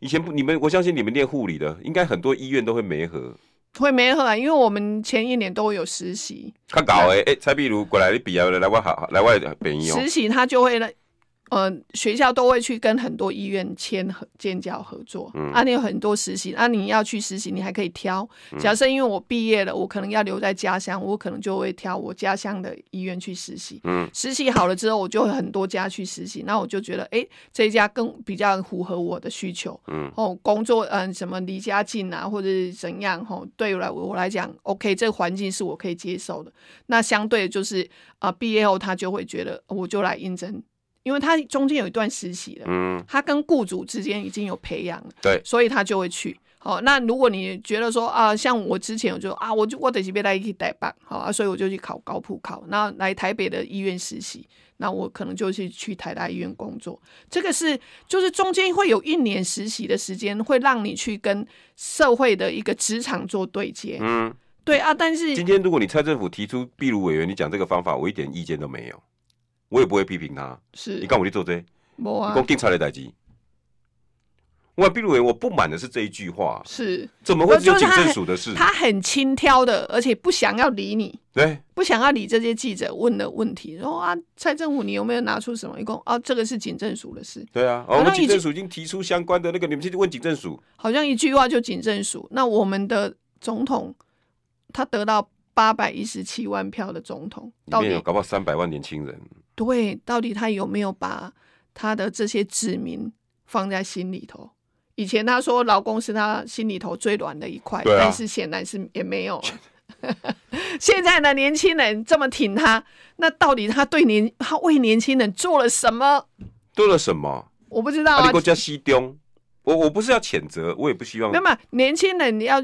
S1: 以前不，你们我相信你们练护理的，应该很多医院都会媒合。
S2: 会没喝啦，因为我们前一年都有实习，
S1: 看搞诶，哎、蔡碧如过来你比啊，来我好，来我便宜哦。
S2: 实习他就会来，呃，学校都会去跟很多医院签合建交合作。嗯，啊，你有很多实习，啊，你要去实习，你还可以挑。
S1: 嗯
S2: 假设因为我毕业了，我可能要留在家乡，我可能就会挑我家乡的医院去实习。
S1: 嗯，
S2: 实习好了之后，我就会很多家去实习，那我就觉得，哎，这一家更比较符合我的需求。
S1: 嗯，
S2: 哦，工作嗯、什么离家近啊，或者是怎样，吼、对我来我来讲，OK，这个环境是我可以接受的。那相对就是啊、毕业后他就会觉得，哦我就来应征，因为他中间有一段实习了，
S1: 嗯，
S2: 他跟雇主之间已经有培养了，
S1: 对
S2: 所以他就会去。好、那如果你觉得说啊，像我之前我就啊，我就我得去被来一起代办，好啊，所以我就去考高普考，那来台北的医院实习，那我可能就是去台大医院工作。这个是就是中间会有一年实习的时间，会让你去跟社会的一个职场做对接。
S1: 嗯，
S2: 对啊，但是
S1: 今天如果你蔡政府提出壁如委员，你讲这个方法，我一点意见都没有，我也不会批评他。
S2: 是
S1: 你干我去做这
S2: 没
S1: 你
S2: 啊
S1: 讲，警察的代志。我壁如委员，我不满的是这一句话，
S2: 是
S1: 怎么会只有
S2: 我就是
S1: 警
S2: 他
S1: 政署的事？
S2: 他很轻佻的，而且不想要理你。
S1: 对，
S2: 不想要理这些记者问的问题，然后啊，蔡政府你有没有拿出什么？一共啊，这个是警政署的事，
S1: 对啊，
S2: 好
S1: 哦、我们
S2: 像
S1: 警
S2: 已经
S1: 政署已经提出相关的那个，你们去问警政署。
S2: 好像一句话就警政署。那我们的总统他得到八百一十七万票的总统，
S1: 里
S2: 到
S1: 面有
S2: 底
S1: 搞不好三百万年轻人，
S2: 对到底他有没有把他的这些子民放在心里头？以前他说劳工是他心里头最软的一块，
S1: 对啊
S2: 但是显然是也没有啊。 现在的年轻人这么挺他，那到底他对年他为年轻人做了什么？
S1: 做了什么？
S2: 我不知道
S1: 阿
S2: 啊
S1: 里国，家西东，我我不是要谴责，我也不希望
S2: 没有。嘛，年轻人你要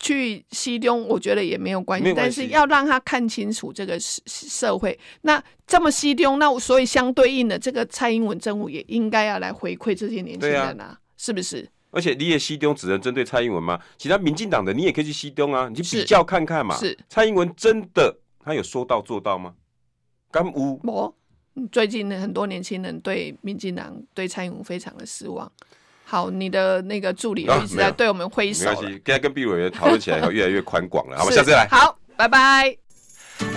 S2: 去西东，我觉得也没有关
S1: 没
S2: 系，
S1: 有关
S2: 但
S1: 系
S2: 是要让他看清楚这个社社会。那这么西东，那我所以相对应的，这个蔡英文政府也应该要来回馈这些年轻人啊，是不是？
S1: 而且你也西东只能针对蔡英文吗？其他民进党的你也可以去西东啊，你去比
S2: 是
S1: 较看看嘛。
S2: 是
S1: 蔡英文真的他有说到做到吗？干污
S2: 我嗯最近很多年轻人对民进党、对蔡英文非常的失望。好，你的那个助理
S1: 啊
S2: 一直
S1: 没有
S2: 在对我们挥
S1: 没
S2: 手
S1: 关
S2: 了，
S1: 系，现在跟毕委员讨论起来以 后越来越宽广了，好吧，
S2: 是
S1: 下次来。
S2: 好，拜拜。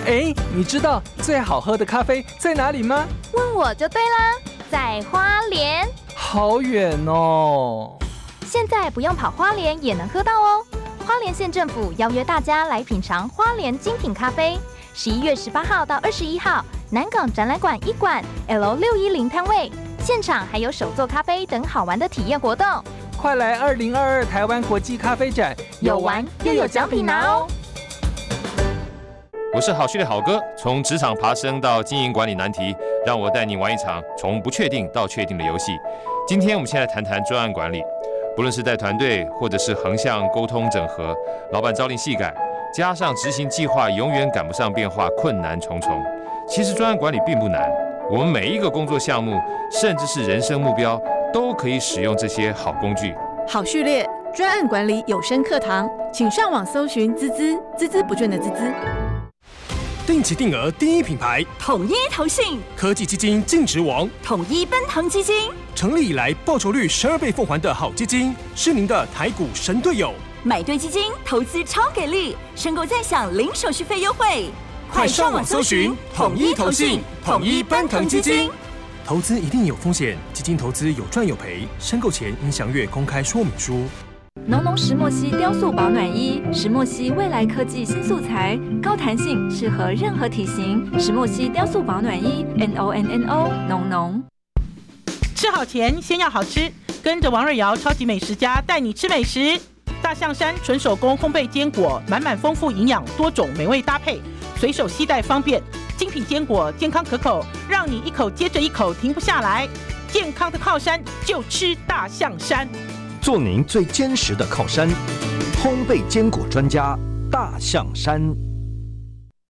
S4: 哎，你知道最好喝的咖啡在哪里吗？
S5: 问我就对啦，在花莲，
S4: 好远哦。
S5: 现在不用跑花莲也能喝到哦。花莲县政府邀约大家来品尝花莲精品咖啡，十一月十八号到二十一号，南港展览馆一馆 L 六一零摊位，现场还有手作咖啡等好玩的体验活动，
S4: 快来二零二二台湾国际咖啡展，
S5: 哦！
S6: 我是好趣的好哥，从职场爬升到经营管理难题，让我带你玩一场从不确定到确定的游戏。今天我们先来谈谈专案管理，不论是带团队，或者是横向沟通整合，老板朝令夕改，加上执行计划永远赶不上变化，困难重重。其实专案管理并不难，我们每一个工作项目，甚至是人生目标，都可以使用这些好工具。
S7: 好序列专案管理有声课堂，请上网搜寻“孜孜孜孜不倦”的“孜孜
S8: 定期定额第一品牌”，
S7: 统一投信、
S8: 科技基金净值王，
S7: 统一奔腾基金，
S8: 成立以来报酬率十二倍奉还的好基金，是您的台股神队友。
S7: 买对基金投资超给力，申购再享零手续费优惠。
S8: 快上网搜寻统一投信、统一奔腾基金。。投资一定有风险，基金投资有赚有赔，申购前应详阅公开说明书。
S9: 浓浓石墨烯雕塑保暖衣，石墨烯未来科技新素材，高弹性，适合任何体型。石墨烯雕塑保暖衣，N O N N O，浓浓。
S10: 吃好前先要好吃，跟着王瑞瑶超级美食家带你吃美食。大象山纯手工烘焙坚果，满满丰富营养，多种美味搭配，随手携带方便。精品坚果健康可口，让你一口接着一口停不下来。健康的靠山就吃大象山。
S11: 做您最坚实的靠山，烘焙坚果专家大象山。